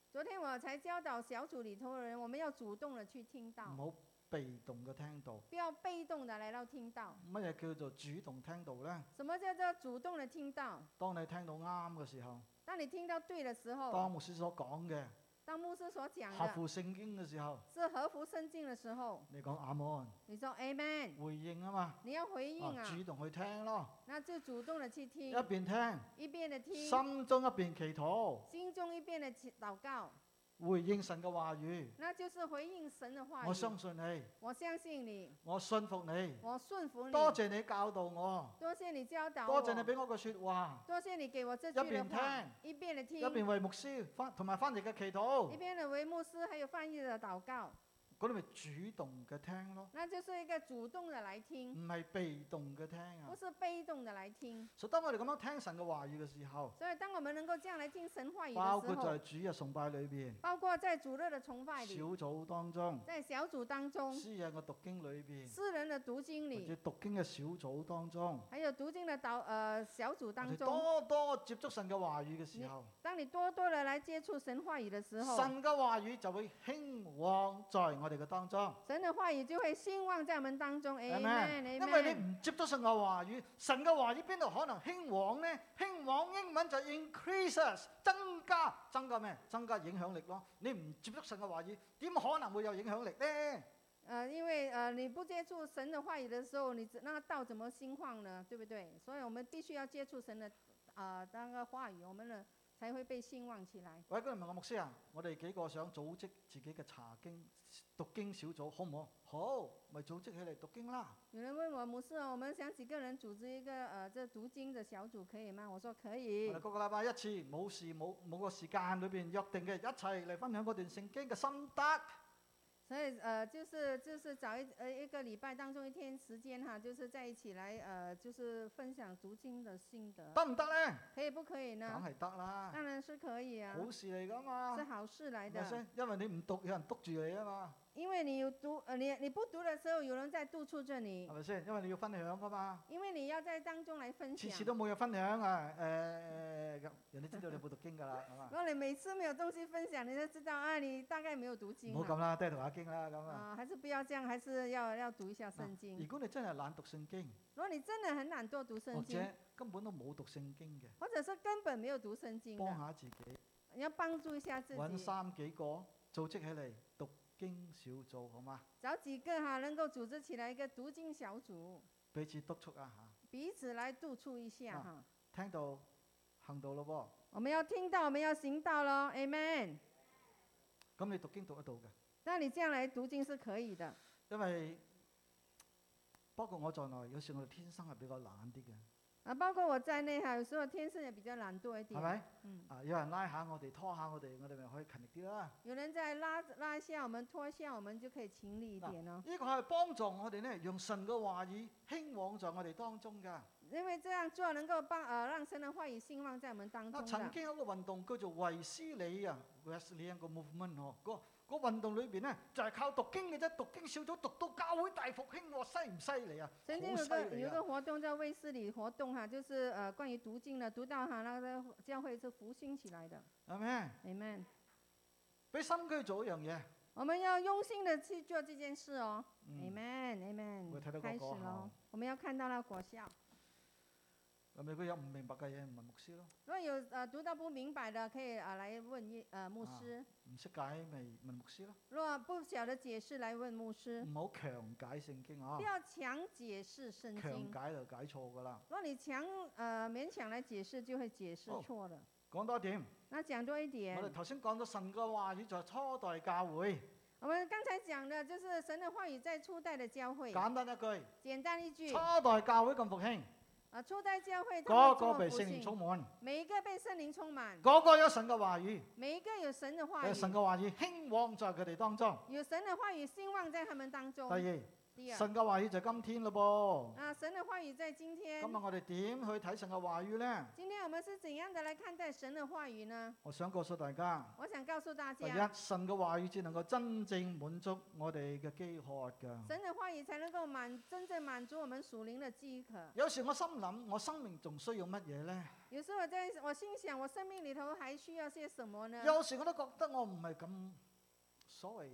B: 昨天我才教导小组里头的人，我们要主动的去听到，
A: 好被動嘅聽到。
B: 不要被动的来到听到。
A: 乜嘢叫做主動聽到呢？
B: 什么叫做主动的听到？
A: 當你聽到啱嘅時候，
B: 当你听到对的时
A: 當
B: 候，
A: 牧師所講嘅
B: 当牧师所讲
A: 合
B: 的
A: 乎聖經嘅時候，
B: 是合乎圣经的时候，
A: 你講阿門。
B: 你说 Amen，
A: 回應啊嘛，
B: 你要回应
A: 啊
B: 啊，
A: 主動去聽咯，
B: 那就主动的去
A: 一
B: 听，
A: 邊聽，
B: 一边的听，
A: 心中一邊祈禱，
B: 心中一边的祷告，
A: 回應神嘅話語。
B: 那就是回应神的话语
A: 我。相信你，
B: 我相信你，
A: 我信服你，
B: 我顺服你。
A: 多謝你教導我，
B: 多谢你教导我，
A: 多謝你俾我嘅説話，
B: 多谢你给我这
A: 一
B: 句的
A: 邊
B: 话，
A: 聽，
B: 一遍的听，
A: 一邊為牧師翻同埋翻譯嘅祈
B: 一
A: 禱，
B: 边的为牧师还有翻译的祷告，
A: 嗰啲咪主動嘅聽咯，
B: 那就是一个主动的来听，
A: 唔係被動嘅聽啊
B: 不。是被动的来听。
A: 所以當我哋咁樣聽神嘅話語嘅時候，
B: 所以，当我们能够这样来听神话语
A: 包
B: 的
A: 括
B: 时
A: 在，
B: 候
A: 主日崇拜裏邊、
B: 包括在主日的崇拜
A: 小
B: 里，
A: 組當中、
B: 在小组当中、
A: 私人嘅讀經裏邊。
B: 私人的读经
A: 或者
B: 里，
A: 讀經嘅小組當中，
B: 还有读经的导呃小组
A: 我
B: 当
A: 哋
B: 中，
A: 多多接觸神嘅話語嘅時候，
B: 当你多多的来接触神话语的时候，
A: 神嘅話語就會興旺在我哋嘅當中。
B: 神的话语就会兴旺在我们当中。
A: Amen
B: Amen，Amen
A: 因為你唔接觸神嘅話語，神嘅話語邊度可能興旺呢？興旺英文就 increases，增加，增加咩？增加影響力咯。你唔接觸神嘅話語，點可能會有影響力呢？
B: 呃，因为呃，你不接触神的话语的时候，你只那道怎么兴旺呢？对不对？所以我们必须要接触神的啊、那个话语，我们呢才会被兴旺起来。
A: 喂，今日問我牧師啊，我哋幾個想組織自己嘅查經讀經小組，好唔好？好，咪組織起嚟讀經啦。
B: 有人问我牧师哦，我们想几个人组织一个呃这读经的小组可以吗？我说可以
A: 我哋。個個禮拜一次，冇事冇冇個時間裏邊約定嘅，一齊嚟分享嗰段聖經嘅心得。
B: 所以呃就是就是找一呃一个礼拜当中一天时间哈，就是在一起来呃就是分享读经的心得，
A: 得唔得呢？
B: 可以不可以
A: 梗
B: 呢？
A: 係得啦，
B: 当然是可以啊，
A: 好事嚟噶嘛
B: 是，好事来
A: 係咪
B: 的。
A: 先？因為你唔讀，有人督住你啊嘛。
B: 因为你有读，呃，你你不读的时候，有人在督促着你
A: 係，咪先？因為你要分享噶嘛，
B: 因为你要在当中来分
A: 次
B: 享
A: 次。都冇嘢分享啊！誒、咁人哋知道你冇讀經㗎啦， 係嘛？
B: 如果你每次没有东西分享，你就知道啊，你大概没有读经
A: 唔好
B: 了
A: 咁啦，都係讀下經啦咁啊！
B: 啊，还是不要这样，还是要要读一下圣经
A: 如。果你真係懶讀聖經，
B: 如果你真的很懒惰读
A: 或
B: 圣经，
A: 者根本都冇讀聖經嘅，
B: 或者是根本没有读圣经
A: 幫
B: 的，
A: 下自己，
B: 你要帮助一下自
A: 揾
B: 己，
A: 三幾個組織起嚟讀經小組，好嗎？
B: 找几个哈、能够组织起来一个读经小组，
A: 彼此督促啊嚇！
B: 彼此来督促一下
A: 啊
B: 哈、
A: 聽到行到咯
B: 我们要听到，我们要行道喽
A: 喎，
B: ，Amen。
A: 咁你讀經讀得到嘅，
B: 那你这样来读经是可以的，
A: 因為包括我在內，有時我哋天生係比較懶啲嘅，
B: 啊，包括我在内哈，有时候天生也比较懒惰一
A: 係
B: 点，
A: 咪？
B: 嗯，
A: 啊，有人拉下我哋，拖下我哋，我哋咪可以勤力啲啦。
B: 有人在拉拉一下我们，拖一下我们，就可以勤力一
A: 啊
B: 点哦。
A: 呢個係幫助我哋咧，讓神嘅話語興旺在我哋當中㗎。
B: 因为这样做能够帮呃让神的话语兴旺在我们当
A: 啊，
B: 中
A: 曾
B: 的。
A: 經有一個運動叫做維斯理啊，Wesleyan 個 movement 哦，個個運動裏邊咧就係、靠讀經嘅啫，讀經小組讀到教會大復興喎，犀唔犀利啊？
B: 曾经
A: 好
B: 有
A: 犀
B: 个
A: 利
B: 有
A: 啊
B: 个活动叫卫斯理活动哈，就是呃关于读经的，读到哈那个教会是复兴起来的
A: 係咪？
B: ，Amen。
A: 俾心機做一樣嘢，
B: 我们要用心的去做这件事哦
A: 嗯，
B: ，Amen
A: 我睇到嗰
B: Amen。开始
A: 個
B: 喽
A: 啊哈，
B: 我们要看到那果效。
A: 係咪佢有唔明白嘅嘢唔問牧師咯？
B: 如果有呃读到不明白的，可以啊来问一呃牧
A: 啊
B: 师；
A: 唔識解咪問牧師咯，
B: 若不晓得解释，来问牧师。
A: 唔好強解聖經啊
B: 不！要强解释圣
A: 強
B: 经，
A: 解就解錯㗎啦。
B: 若你强呃勉强来解释，就会解释
A: 哦
B: 错了。
A: 講多一點，
B: 那讲多一
A: 我
B: 点
A: 哋，頭先講到神嘅話語在初代教會，
B: 我们刚才讲的就是神的话语在初代的教会，
A: 簡單一句，
B: 简单一句
A: 初代教會咁復興，
B: 啊，初代教会他
A: 個
B: 们这
A: 個
B: 么
A: 被
B: 不
A: 聖靈
B: 幸，
A: 充滿。
B: 每一个被圣灵充满，
A: 個個有神嘅話語，
B: 每一个有神的话
A: 有
B: 语，
A: 哎神嘅話語興旺在佢哋當中。
B: 有神的话语兴旺在他们当
A: 第
B: 中。
A: 二，
B: 第二，
A: 神嘅話語就係今天咯
B: 啊，神的话语在今
A: 噃。
B: 天
A: 今日，啊我哋點去睇神嘅話語呢？
B: 今天我们是怎样的来看待神的话语呢？
A: 我想告訴大家，
B: 我想告诉大
A: 第一，
B: 家，
A: 神嘅話語至能夠真正滿足我哋嘅飢渴㗎。
B: 神的话语才能够满真正满足我们属灵的饥渴。
A: 有時我心諗，我生命仲需要乜嘢呢？
B: 有时候我在我心想，我生命里头还需要些什么呢？
A: 有時我都覺得我唔係咁所謂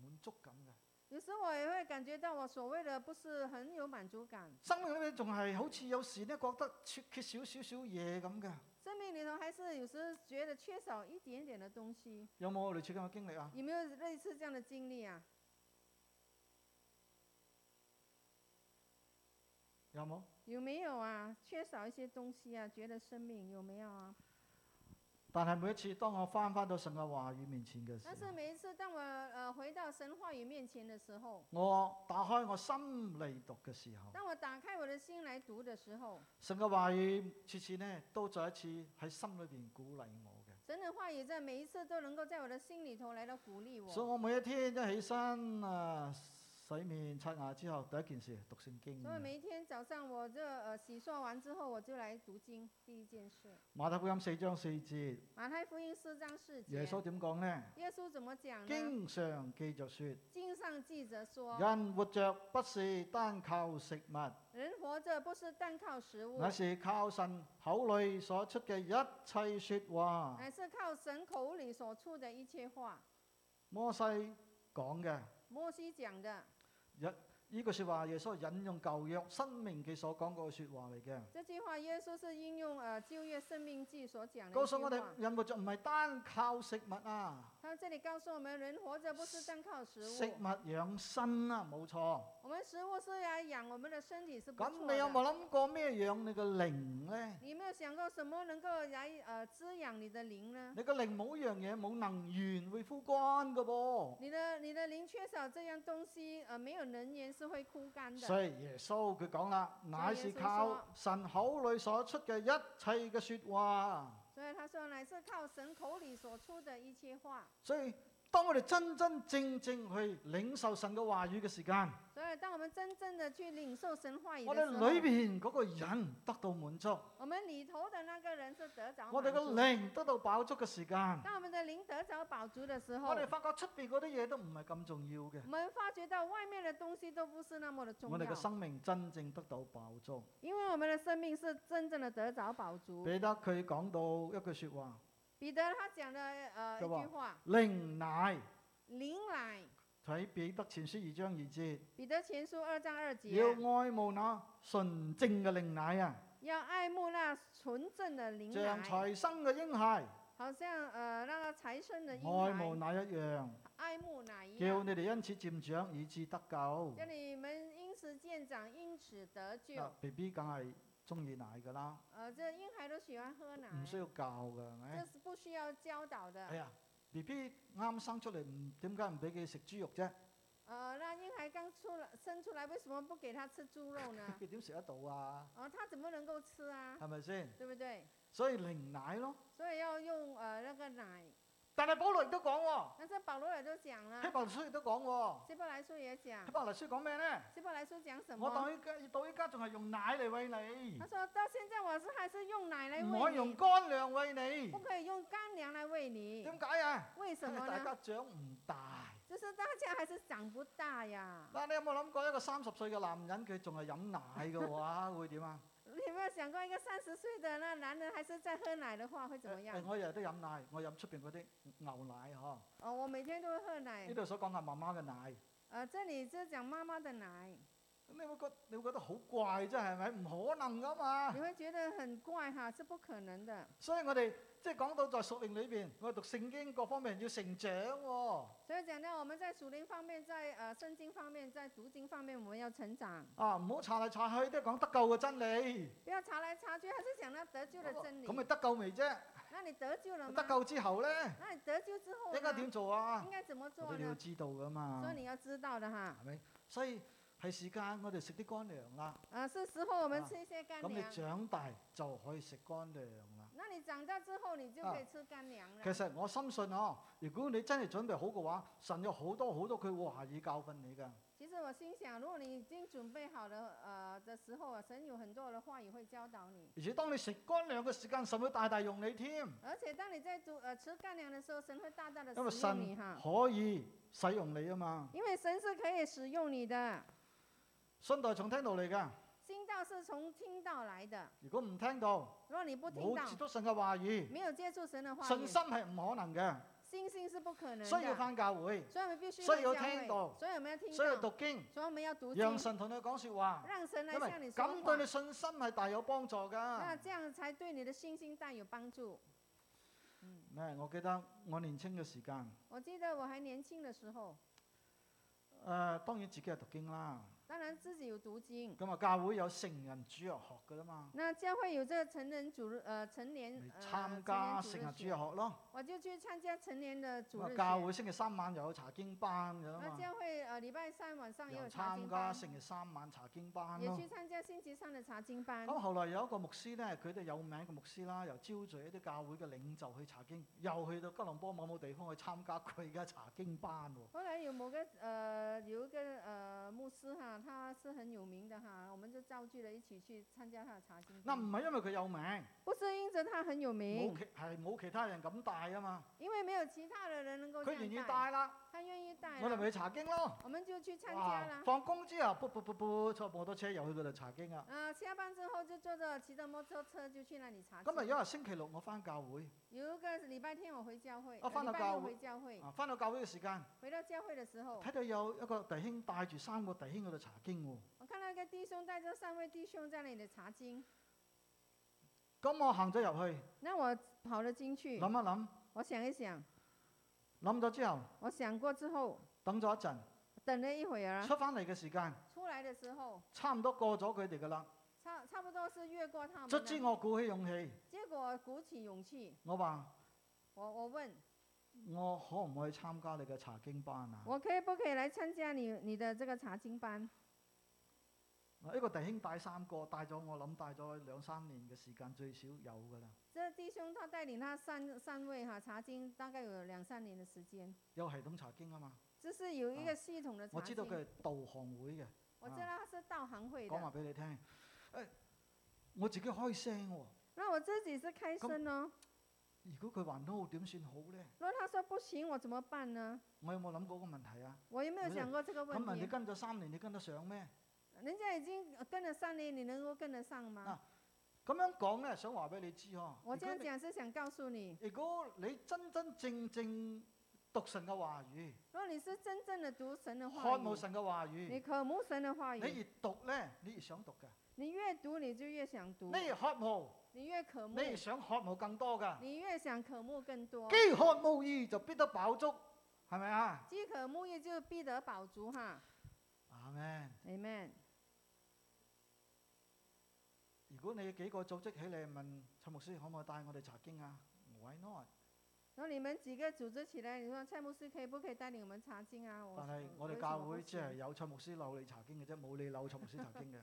A: 滿足感嘅，
B: 有时候我也会感觉到我所谓的不是很有满足感，
A: 生命裏邊仲係好似有時呢覺得缺缺少少少嘢咁嘅。
B: 生命里头还是有时觉得缺少一点点的东西。
A: 有冇類似咁嘅經歷啊？
B: 有没有类似这样的经历啊？
A: 有冇？
B: 有没有啊？缺少一些东西啊？觉得生命有没有啊？
A: 但係每一次當我翻翻到神嘅話語面前嘅時
B: 但是
A: 候，
B: 每一次当我呃回到神话语面前的时候，
A: 我打開我心嚟讀嘅時候，
B: 当我打开我的心来读的时候，
A: 神嘅話語次次呢都再一次喺心裏邊鼓勵我嘅。
B: 神的话语在每一次都能够在我的心里头来到鼓励
A: 所以
B: 我。
A: 我每一天一起身啊，洗面刷牙之後，第一件事讀聖經啊
B: 所以
A: 嘅。
B: 每一天早上我这呃洗漱完之后，我就来读经，第一件事。
A: 馬太福音四章四節，
B: 马太福音四章四节
A: 耶，穌點講呢？
B: 耶稣怎么讲呢？
A: 經常記着說：
B: 经上记着说，
A: 人活着不是單靠食物，
B: 人活着不是单靠食物
A: 乃，是靠神口裏所出嘅一切説話。
B: 乃是靠神口里所出的一切话。
A: 摩西講嘅。
B: 摩西讲的
A: 呢句説話，耶穌係引用舊約《生命記》所講嗰句説話嚟嘅，
B: 这句话，耶稣是应用呃旧约生命记所讲的
A: 告
B: 一
A: 訴
B: 句
A: 我哋
B: 话。
A: 人活着唔係單靠食物啊，
B: 他这里告诉我们，人活着不是单靠食
A: 食
B: 物
A: 物，養生啊，冇錯。
B: 我们食物是来养我们的身体是不
A: 咁
B: 错
A: 你有
B: 的。
A: 冇諗過咩養你個靈呢？
B: 你有没有想过什么能够来呃滋养你的灵呢？
A: 你個靈冇一樣嘢冇能源會枯乾嘅噃，
B: 你的你的灵缺少这样东西，呃，没有能源是会枯干的。
A: 所以耶穌佢講啦，乃是靠神口裏所出嘅一切嘅説話。
B: 所以他说乃是靠神口里所出的一切话。
A: 所以當我哋真真正正去領受神嘅話語嘅時間，
B: 所以，当我们真正的去领受神话语
A: 我
B: 的
A: 哋
B: 时
A: 裏
B: 候，
A: 邊嗰個人得到滿足，
B: 我们里头的那个人是得着
A: 我哋
B: 满
A: 嘅
B: 足。
A: 靈得到飽足嘅時間，
B: 当我们的灵得着饱足的时候，
A: 我哋發覺出邊嗰啲嘢都唔係咁重要嘅
B: 我，们发觉到外面的东西都不是那么的重
A: 我哋嘅
B: 要，
A: 生命真正得到飽足。
B: 因为我们的生命是真正的得着饱足。
A: 彼得佢講到一句說話：
B: 彼得他講的呃
A: 對
B: 一
A: 吧
B: 句話，
A: 靈奶。
B: 靈奶。
A: 睇彼得前書二章二節，
B: 彼得前書二章二
A: 要
B: 節，
A: 愛慕那純正嘅靈奶啊，
B: 要愛慕那純正的靈
A: 像
B: 奶，
A: 財生嘅嬰孩，
B: 好像呃那個財神的嬰
A: 愛慕
B: 孩，
A: 那一樣，
B: 愛慕奶一
A: 叫
B: 樣。
A: 你哋因此漸長，以致得救。
B: 叫你們因此見長，因此得
A: 嗱
B: 救。
A: ，B B 梗係中意奶噶啦，
B: 呃，這嬰孩都喜歡喝奶，
A: 唔需要教噶，係
B: 這
A: 咪？
B: 是不需要教導的
A: 嗯哎。呀，B B 啱生出嚟，唔點解唔俾佢食豬肉啫？
B: 呃，那嬰孩剛出來生出來，為什麼不給他吃豬 肉呢？
A: 佢點食得到啊？
B: 哦，他怎麼能夠吃啊？
A: 係咪先？
B: 對不對？
A: 所以靈奶咯。
B: 所以要用呃那個奶。
A: 但係保羅亦都講喎，
B: 但是保羅也都講
A: 希
B: 了，
A: 伯來書亦都講喎，
B: 希伯來書也講
A: 希。伯來書講咩咧？
B: 希伯來書講什
A: 哎我到
B: 麼？
A: 依家到依家仲係用奶嚟餵你
B: 他。说到现在我是还是用奶来
A: 唔可
B: 喂
A: 以用
B: 你，
A: 乾糧餵
B: 不可以用干粮来喂
A: 你，
B: 你。
A: 點解啊？
B: 为什
A: 因為
B: 么
A: 大
B: 呢？
A: 家長唔大。
B: 就是大家還是长不大呀。
A: 嗱，你有冇諗過一個三十歲嘅男人佢仲係飲奶嘅話，會點啊？
B: 你有沒有想過，一个三十岁的那男人还是在喝奶的话会怎么
A: 誒
B: 样？
A: 我日日都飲奶，我飲出邊嗰啲牛奶嗬。
B: 哦，我每天都会喝奶
A: 呢。度所講係媽媽嘅奶，
B: 呃，这里就講妈妈的奶，
A: 你會覺你會覺得好怪啫，係咪？唔可能噶嘛
B: 你。会觉得很怪哈，是不可能的。
A: 所以我哋即係講到在屬靈裏邊，我哋讀聖經各方面要成長喎、
B: 所以講到我们在属灵方面，在呃圣经方面，在读经方面，我们要成长，
A: 啊，唔好查嚟查去都係講得救嘅真理。
B: 不要查來查去，还是講到得救的真理
A: 咁。咪得救未啫？
B: 那你得救了
A: 得
B: 吗？
A: 救之後咧，
B: 那你得救之后
A: 應該
B: 呢
A: 點做啊？
B: 应该怎么
A: 我
B: 做
A: 哋要
B: 呢？
A: 知道噶嘛，
B: 所以你要知道的哈，
A: 係咪？所以係時間，我哋食啲乾糧啦。
B: 啊，是时候我们
A: 啊
B: 吃一些干
A: 咁你
B: 粮。
A: 長大就可以食乾糧啦。
B: 那你长大之后，你就
A: 啊
B: 可以吃干粮了
A: 其。實我深信哦，如果你真係準備好嘅話，神有好多好多佢話語教訓你㗎。
B: 其实我心想，如果你已经准备好了，呃的时候啊，神有很多的话也会教导你。
A: 而且當你食乾糧嘅時間，神會大大用你添，
B: 而且当你在读呃吃干粮的时候，神会大大的
A: 因為
B: 使啊用你
A: 神
B: 哈，
A: 可以使用你啊嘛。
B: 因为神是可以使用你的。
A: 信代從聽到嚟㗎，
B: 听到是从听到来的，
A: 如果唔聽到，
B: 如果你不听到
A: 冇接，觸神嘅話語，
B: 没有接触神的话
A: 信
B: 语，
A: 心係唔可能嘅，
B: 信心是不可能的。
A: 需要翻教會，
B: 所以我们必须
A: 需要
B: 回教
A: 听
B: 会
A: 到
B: 所以我们要听
A: 需要
B: 到，
A: 讀經，
B: 所以我们要读经
A: 讓，神同你講说話。
B: 让神来
A: 因為
B: 向你说
A: 咁對你
B: 话，
A: 信心係大有幫助
B: 那
A: 㗎。
B: 这样才对你的信心大有帮助。嗯，
A: 咩？我記得我年青嘅時間，誒、
B: 我记得我还年轻的時候，
A: 當呃然自己係讀經啦。
B: 当然自己有讀經，
A: 咁啊，教會有成人主日學㗎啦嘛，
B: 那教會有這個成人主日呃成
A: 咪
B: 年
A: 參加
B: 呃
A: 成人主日
B: 主日學，
A: 學咯。
B: 我就去參加成年的主
A: 咁
B: 日
A: 啊，哦教
B: 學
A: 會星期三晚又有查經班㗎啦
B: 那
A: 嘛，
B: 教會呃禮拜三晚上也
A: 又
B: 有查經
A: 參加哦
B: 班，
A: 星期三晚查經班
B: 也
A: 咯。
B: 去參加星期三的查經班。
A: 咁後來有一個牧師咧，佢哋有名嘅牧師啦，又招聚一啲教會嘅領袖去查經，又去到吉隆坡某某地方去參加佢嘅查經班喎。
B: 后来有某个呃有一个呃牧师哈，他是很有名的哈，我们就召聚了一起去参加他的查经班。
A: 嗱，唔係因為佢有名，
B: 不是因着他很有名
A: 冇，其係冇其他人咁大啊嘛。
B: 因为没有其他的人能够
A: 佢
B: 这
A: 願意
B: 样带，
A: 帶啦，
B: 他愿意带
A: 我哋
B: 了，
A: 咪去查經咯。
B: 我们就去参加
A: 哇！
B: 了。
A: 放工之後，噗噗噗噗，坐摩托車又去嗰度查經啊。
B: 啊、下班之后就坐着骑着摩托车就去那里查
A: 咁啊，
B: 经。
A: 因為星期六我翻教會，
B: 有一个礼拜天我回教会，
A: 啊
B: 呃
A: 翻到
B: 礼拜六
A: 教会
B: 回教会，
A: 啊，翻到教會嘅時間，
B: 回到教会的时候，
A: 睇到有一個弟兄帶住三個弟兄喺度查經喎。
B: 我看到一个弟兄带着三位弟兄在那里查经，
A: 咁我行咗入去，
B: 那我跑了进去，
A: 諗一諗，
B: 我想一想，
A: 諗咗之後，
B: 我想过之后。
A: 等咗一陣，
B: 等了一会儿啊，
A: 出翻嚟嘅時間，
B: 出来的时候
A: 差唔多過咗佢哋噶啦。
B: 差差不多是越过他们
A: 卒之
B: 了。
A: 我鼓起勇氣，
B: 结果鼓起勇气，
A: 我話
B: 我我问
A: 我可唔可以參加你嘅查經班啊？
B: 我可以不可以来参加你你的这个查经班？
A: 一個弟兄帶三個，帶咗我諗帶咗兩三年嘅時間最少有噶啦。
B: 这弟兄他带领他三三位哈查经，大概有两三年的时间，
A: 有系統查經啊嘛。
B: 这是有一个系统的查
A: 啊我知道
B: 经。
A: 佢啊係道行會嘅，
B: 我知道他是道行会
A: 講話
B: 的，
A: 俾你聽。誒、我自己開聲喎、
B: 那我自己是开声哦。
A: 如果佢話 no 點算好咧？
B: 如果他说不行，我怎么办呢？
A: 我有冇諗過個問題啊？
B: 我有没有想过这个
A: 咁
B: 问
A: 人哋
B: 题？
A: 跟咗三年，你跟得上咩？
B: 人家已经跟了三年，你能够跟得上吗？
A: 咁樣講咧，想話俾啊你知呵。
B: 我这样
A: 如果
B: 讲是想告诉你，
A: 你如果你真真正正讀神嘅話語，
B: 如果你是真正的读神的话
A: 渴慕
B: 语，
A: 神嘅話
B: 你
A: 語，
B: 渴慕神的话
A: 你
B: 语，
A: 越讀咧，你越想讀嘅，
B: 你越读你就越想读，
A: 你越渴慕，
B: 你越渴慕
A: 你，越想渴慕更多㗎。
B: 你越想渴慕更多。
A: 饥渴慕義就必得飽足，係咪啊？
B: 饥渴沐浴就必得饱足哈
A: 阿 m
B: ，Amen。
A: 如果你幾個組織起嚟問陳牧師可唔可以帶我哋查經啊？Why not？
B: 然后你们几个组织起来，你说蔡牧师可以不可以带领我们查经啊？我
A: 但係我哋教會只係有陳牧師留你查經嘅啫，冇你留陳牧師查經 嘅。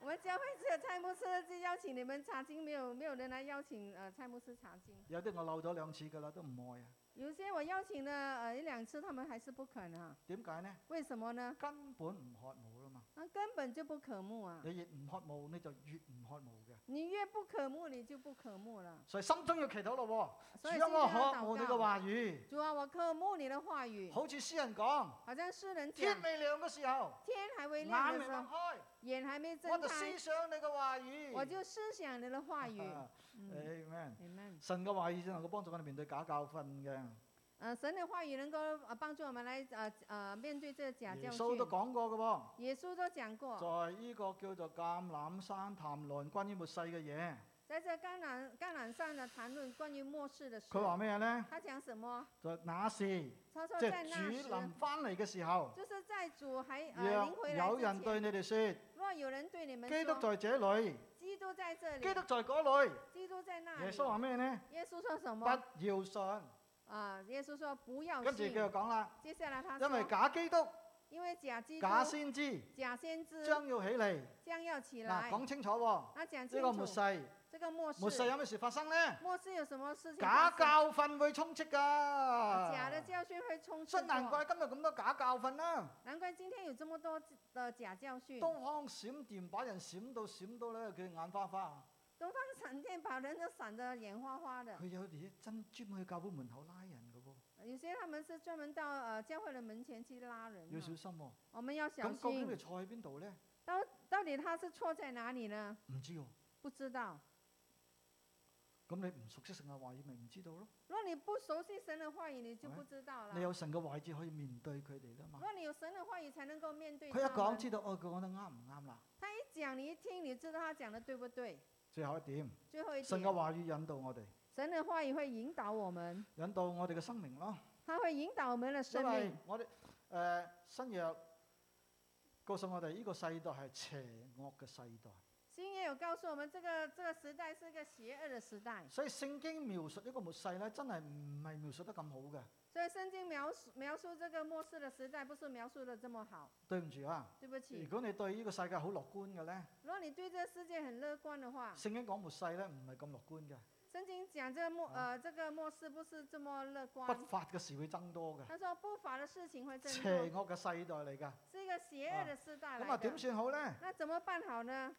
B: 我们教会只有蔡牧师就邀请你们查经，没有没有人来邀请呃蔡牧师查经。
A: 有啲我漏咗兩次㗎啦，都唔愛啊。
B: 有些我邀请了呃一兩次，他们还是不肯啊，
A: 點解呢？
B: 為什麼呢？
A: 根本唔渴慕啦嘛。
B: 那根本就不渴慕啊！
A: 你越唔渴慕，你就越唔渴慕嘅。
B: 你越不渴慕，你就不渴慕了。
A: 所以心中要祈禱咯喎。
B: 所以
A: 主啊，
B: 今天
A: 我
B: 要
A: 渴慕你
B: 禱
A: 嘅
B: 告，啊
A: 話語，
B: 主啊，我渴慕你的話語，
A: 好似詩人講：
B: 好像詩人講，
A: 天未亮嘅時候，
B: 啊天還未
A: 眼
B: 亮的
A: 未
B: 時候
A: 擘，開，
B: 眼還沒睜
A: 我就
B: 開
A: 思，想你嘅話語。
B: 我就思想你的話
A: 啊
B: 語。嗯
A: Amen。
B: ，Amen。
A: 神嘅話語先能夠幫助我哋面對假教訓嘅。
B: 呃，神的話語能夠呃幫助我們來呃呃面對這假
A: 耶
B: 教
A: 穌都
B: 訓。
A: 講過嘅喎，
B: 耶穌都講過，
A: 在呢個叫做橄欖山談論關於末世嘅嘢，
B: 在這橄欖橄欖上呢談論關於末世的事。
A: 佢話咩呢？
B: 他講什麼？
A: 就那時，
B: 他說
A: 即
B: 在
A: 係
B: 那
A: 主
B: 時。
A: 臨翻嚟嘅時候，
B: 就是在主还呃临
A: 若
B: 回来
A: 有
B: 之
A: 人對
B: 前，
A: 你哋說：
B: 若有人对你们
A: 基督
B: 说
A: 在這裏，
B: 基督在这里，
A: 基督在嗰裏，
B: 基督在那里，
A: 耶穌啊話咩呢？
B: 耶稣说什
A: 不
B: 么？
A: 要信。
B: 啊，耶稣说不要
A: 跟住
B: 信
A: 佢。就講啦，
B: 接下来他
A: 因為
B: 说，
A: 假基督、
B: 因为假基督、
A: 假先知
B: 假先知
A: 將要起嚟。
B: 将要起
A: 嗱，
B: 来。
A: 講清楚喎，
B: 他讲
A: 呢
B: 清
A: 個末
B: 楚，
A: 世，
B: 这个末世，
A: 末世有咩事發生呢？
B: 末世有什么事情
A: 假
B: 发生？
A: 教訓會充斥
B: 啊
A: 㗎，
B: 假的教训会充斥
A: 所以難
B: 过，
A: 怪今日咁多假教訓啦、
B: 难怪今天有这么多的假教训。
A: 東方閃電把人閃到閃到咧，佢眼花啊花。
B: 东方闪电把人都闪得眼花花的，
A: 佢有啲真專門去教會門口拉人嘅喎，
B: 有些他们是专门到呃教会的门前去拉人
A: 要
B: 啊。
A: 小心喎、
B: 我们要小
A: 咁究竟佢
B: 心，
A: 錯喺邊度咧？
B: 到到底他是错在哪里呢？
A: 唔知喎、
B: 不知道。
A: 咁你唔熟悉神嘅話語，咪唔知道咯。
B: 如果你不熟悉神的话语，你就
A: 喂
B: 不知道了
A: 你。啊有神嘅位置可以面對佢哋噶
B: 如
A: 嘛？
B: 果你有神的话语，才能够面对
A: 佢一
B: 他
A: 講
B: 们。
A: 知道，哦，佢講得啱唔啱啦。
B: 他一讲，你一听，你知道他讲的对不对。
A: 最後一點，
B: 最后一
A: 神嘅
B: 点，
A: 話語引導我哋，
B: 神的话语会引导我们，
A: 引導我哋嘅生命咯。
B: 他会引导我们的
A: 因
B: 生
A: 為
B: 命。
A: 我哋誒、呃新約告訴我哋，呢個世代係邪惡嘅世代，
B: 新也有告诉我们，这个这个时代是个邪恶的时代，
A: 所以聖經描述一個末世咧，真係唔係描述得咁好嘅。
B: 所以圣经描述描述这个末世的时代，不是描述的这么好。
A: 對唔住啊，
B: 对不
A: 如
B: 起，
A: 果你對呢個世界好樂觀嘅咧，
B: 如果你对这世界很乐观的话，
A: 聖經講末世咧唔係咁樂觀嘅，
B: 圣经讲这个末
A: 啊
B: 呃这个末世不是这么乐观，
A: 不法嘅事會增多嘅，
B: 他说不法的事情会增
A: 邪
B: 多，
A: 惡嘅世代嚟㗎。
B: 是一个邪
A: 啊
B: 恶的时代
A: 咁啊
B: 来
A: 點
B: 的。
A: 算好咧？
B: 那怎么办好呢？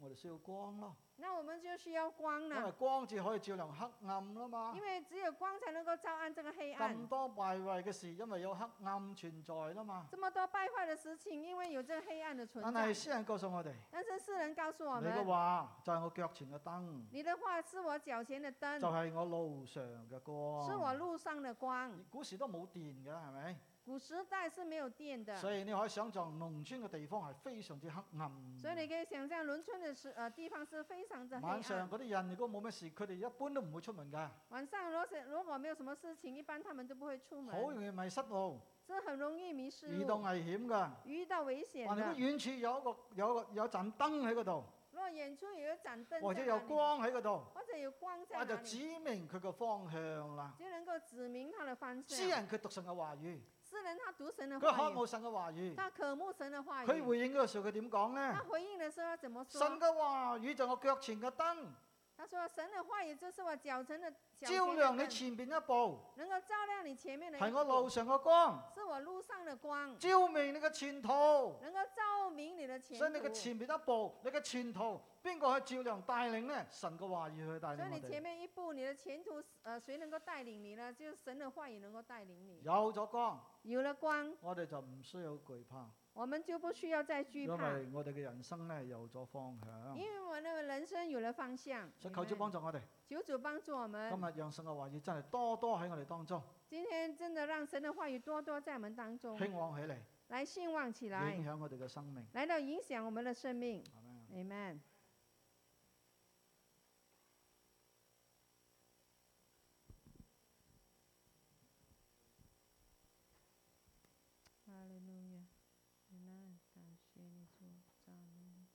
A: 我哋需要光咯，
B: 那我们就需要光
A: 因為
B: 了，
A: 光至可以照亮黑暗啦嘛
B: 因。為只有光才能够照暗这个黑
A: 咁
B: 暗。
A: 多敗壞嘅事，因為有黑暗存在啦嘛。
B: 这么多败坏的事情，因为有这个黑暗的存
A: 但係
B: 在。
A: 詩人告訴我哋。
B: 但是世人告诉我
A: 你嘅
B: 们，
A: 話就係我腳前嘅燈，
B: 你的话是我脚前的灯，
A: 就係我路上嘅光。
B: 是我路上的光。
A: 古時都冇電嘅，係咪？
B: 古时代是没有电的，
A: 所以你可以想象農村嘅地方係非常之黑暗。
B: 所以你可以想象，伦敦的是呃地方是非常的黑
A: 晚
B: 暗
A: 上。嗰啲人如果冇咩事，佢哋一般都唔會出門㗎，
B: 晚上如果是如果没有什么事情，一般他们都不会出
A: 好
B: 门，
A: 容易迷失路，
B: 这很容易迷啊失
A: 遇到
B: 路，
A: 危險㗎。
B: 遇到危险
A: 但如果
B: 的。
A: 遠處有一個有一個有盞燈喺嗰度，
B: 如果远处有一盏灯，
A: 或者有，光喺嗰度，
B: 或者有光在
A: 我就
B: 哪里，
A: 指明佢個方向啦。
B: 就能够指明他的方向。
A: 詩人佢讀神嘅話語，
B: 诗人他读神的
A: 佢渴
B: 话
A: 慕
B: 语，
A: 神嘅話語，
B: 他渴慕神的话
A: 佢
B: 语。
A: 回應嗰個時候佢點講呢？
B: 他回应的时候他怎么
A: 啊神
B: 说？
A: 嘅話語就係我腳前嘅燈，
B: 他他说神的话语就是我脚前的脚前的
A: 照亮你
B: 灯
A: 前面一步，
B: 能够照亮你前面的一
A: 係我
B: 步
A: 路上嘅光，
B: 是我路上的光，
A: 照明你嘅前途。
B: 能够照明你的前
A: 所以你嘅
B: 途。
A: 前面一步，你嘅前途，邊個去照亮帶領呢？神嘅話語去帶
B: 所以
A: 領
B: 你
A: 我
B: 前
A: 哋。
B: 面一步，你的前途是呃，谁能够带领你呢？就是神的话语能够带领你。
A: 有咗光，
B: 有了光，
A: 我哋就唔需要懼怕，
B: 我们就不需要再惧
A: 因
B: 怕，
A: 為我哋嘅人生呢有咗方向
B: 因。为我们的人生有了方向。
A: 所以求主
B: Amen
A: 幫助我哋，
B: 求主帮助我
A: 今
B: 们。
A: 日讓神嘅話語真係多多喺我哋當中
B: 今天真的让神的话语多多在我们当中
A: 興旺起嚟，
B: 来兴旺起来
A: 影，響我哋嘅生命。
B: 来到影响我们的生命。
A: 係咪
B: Amen。哈利路亚，Amen。感谢你主，赞美你。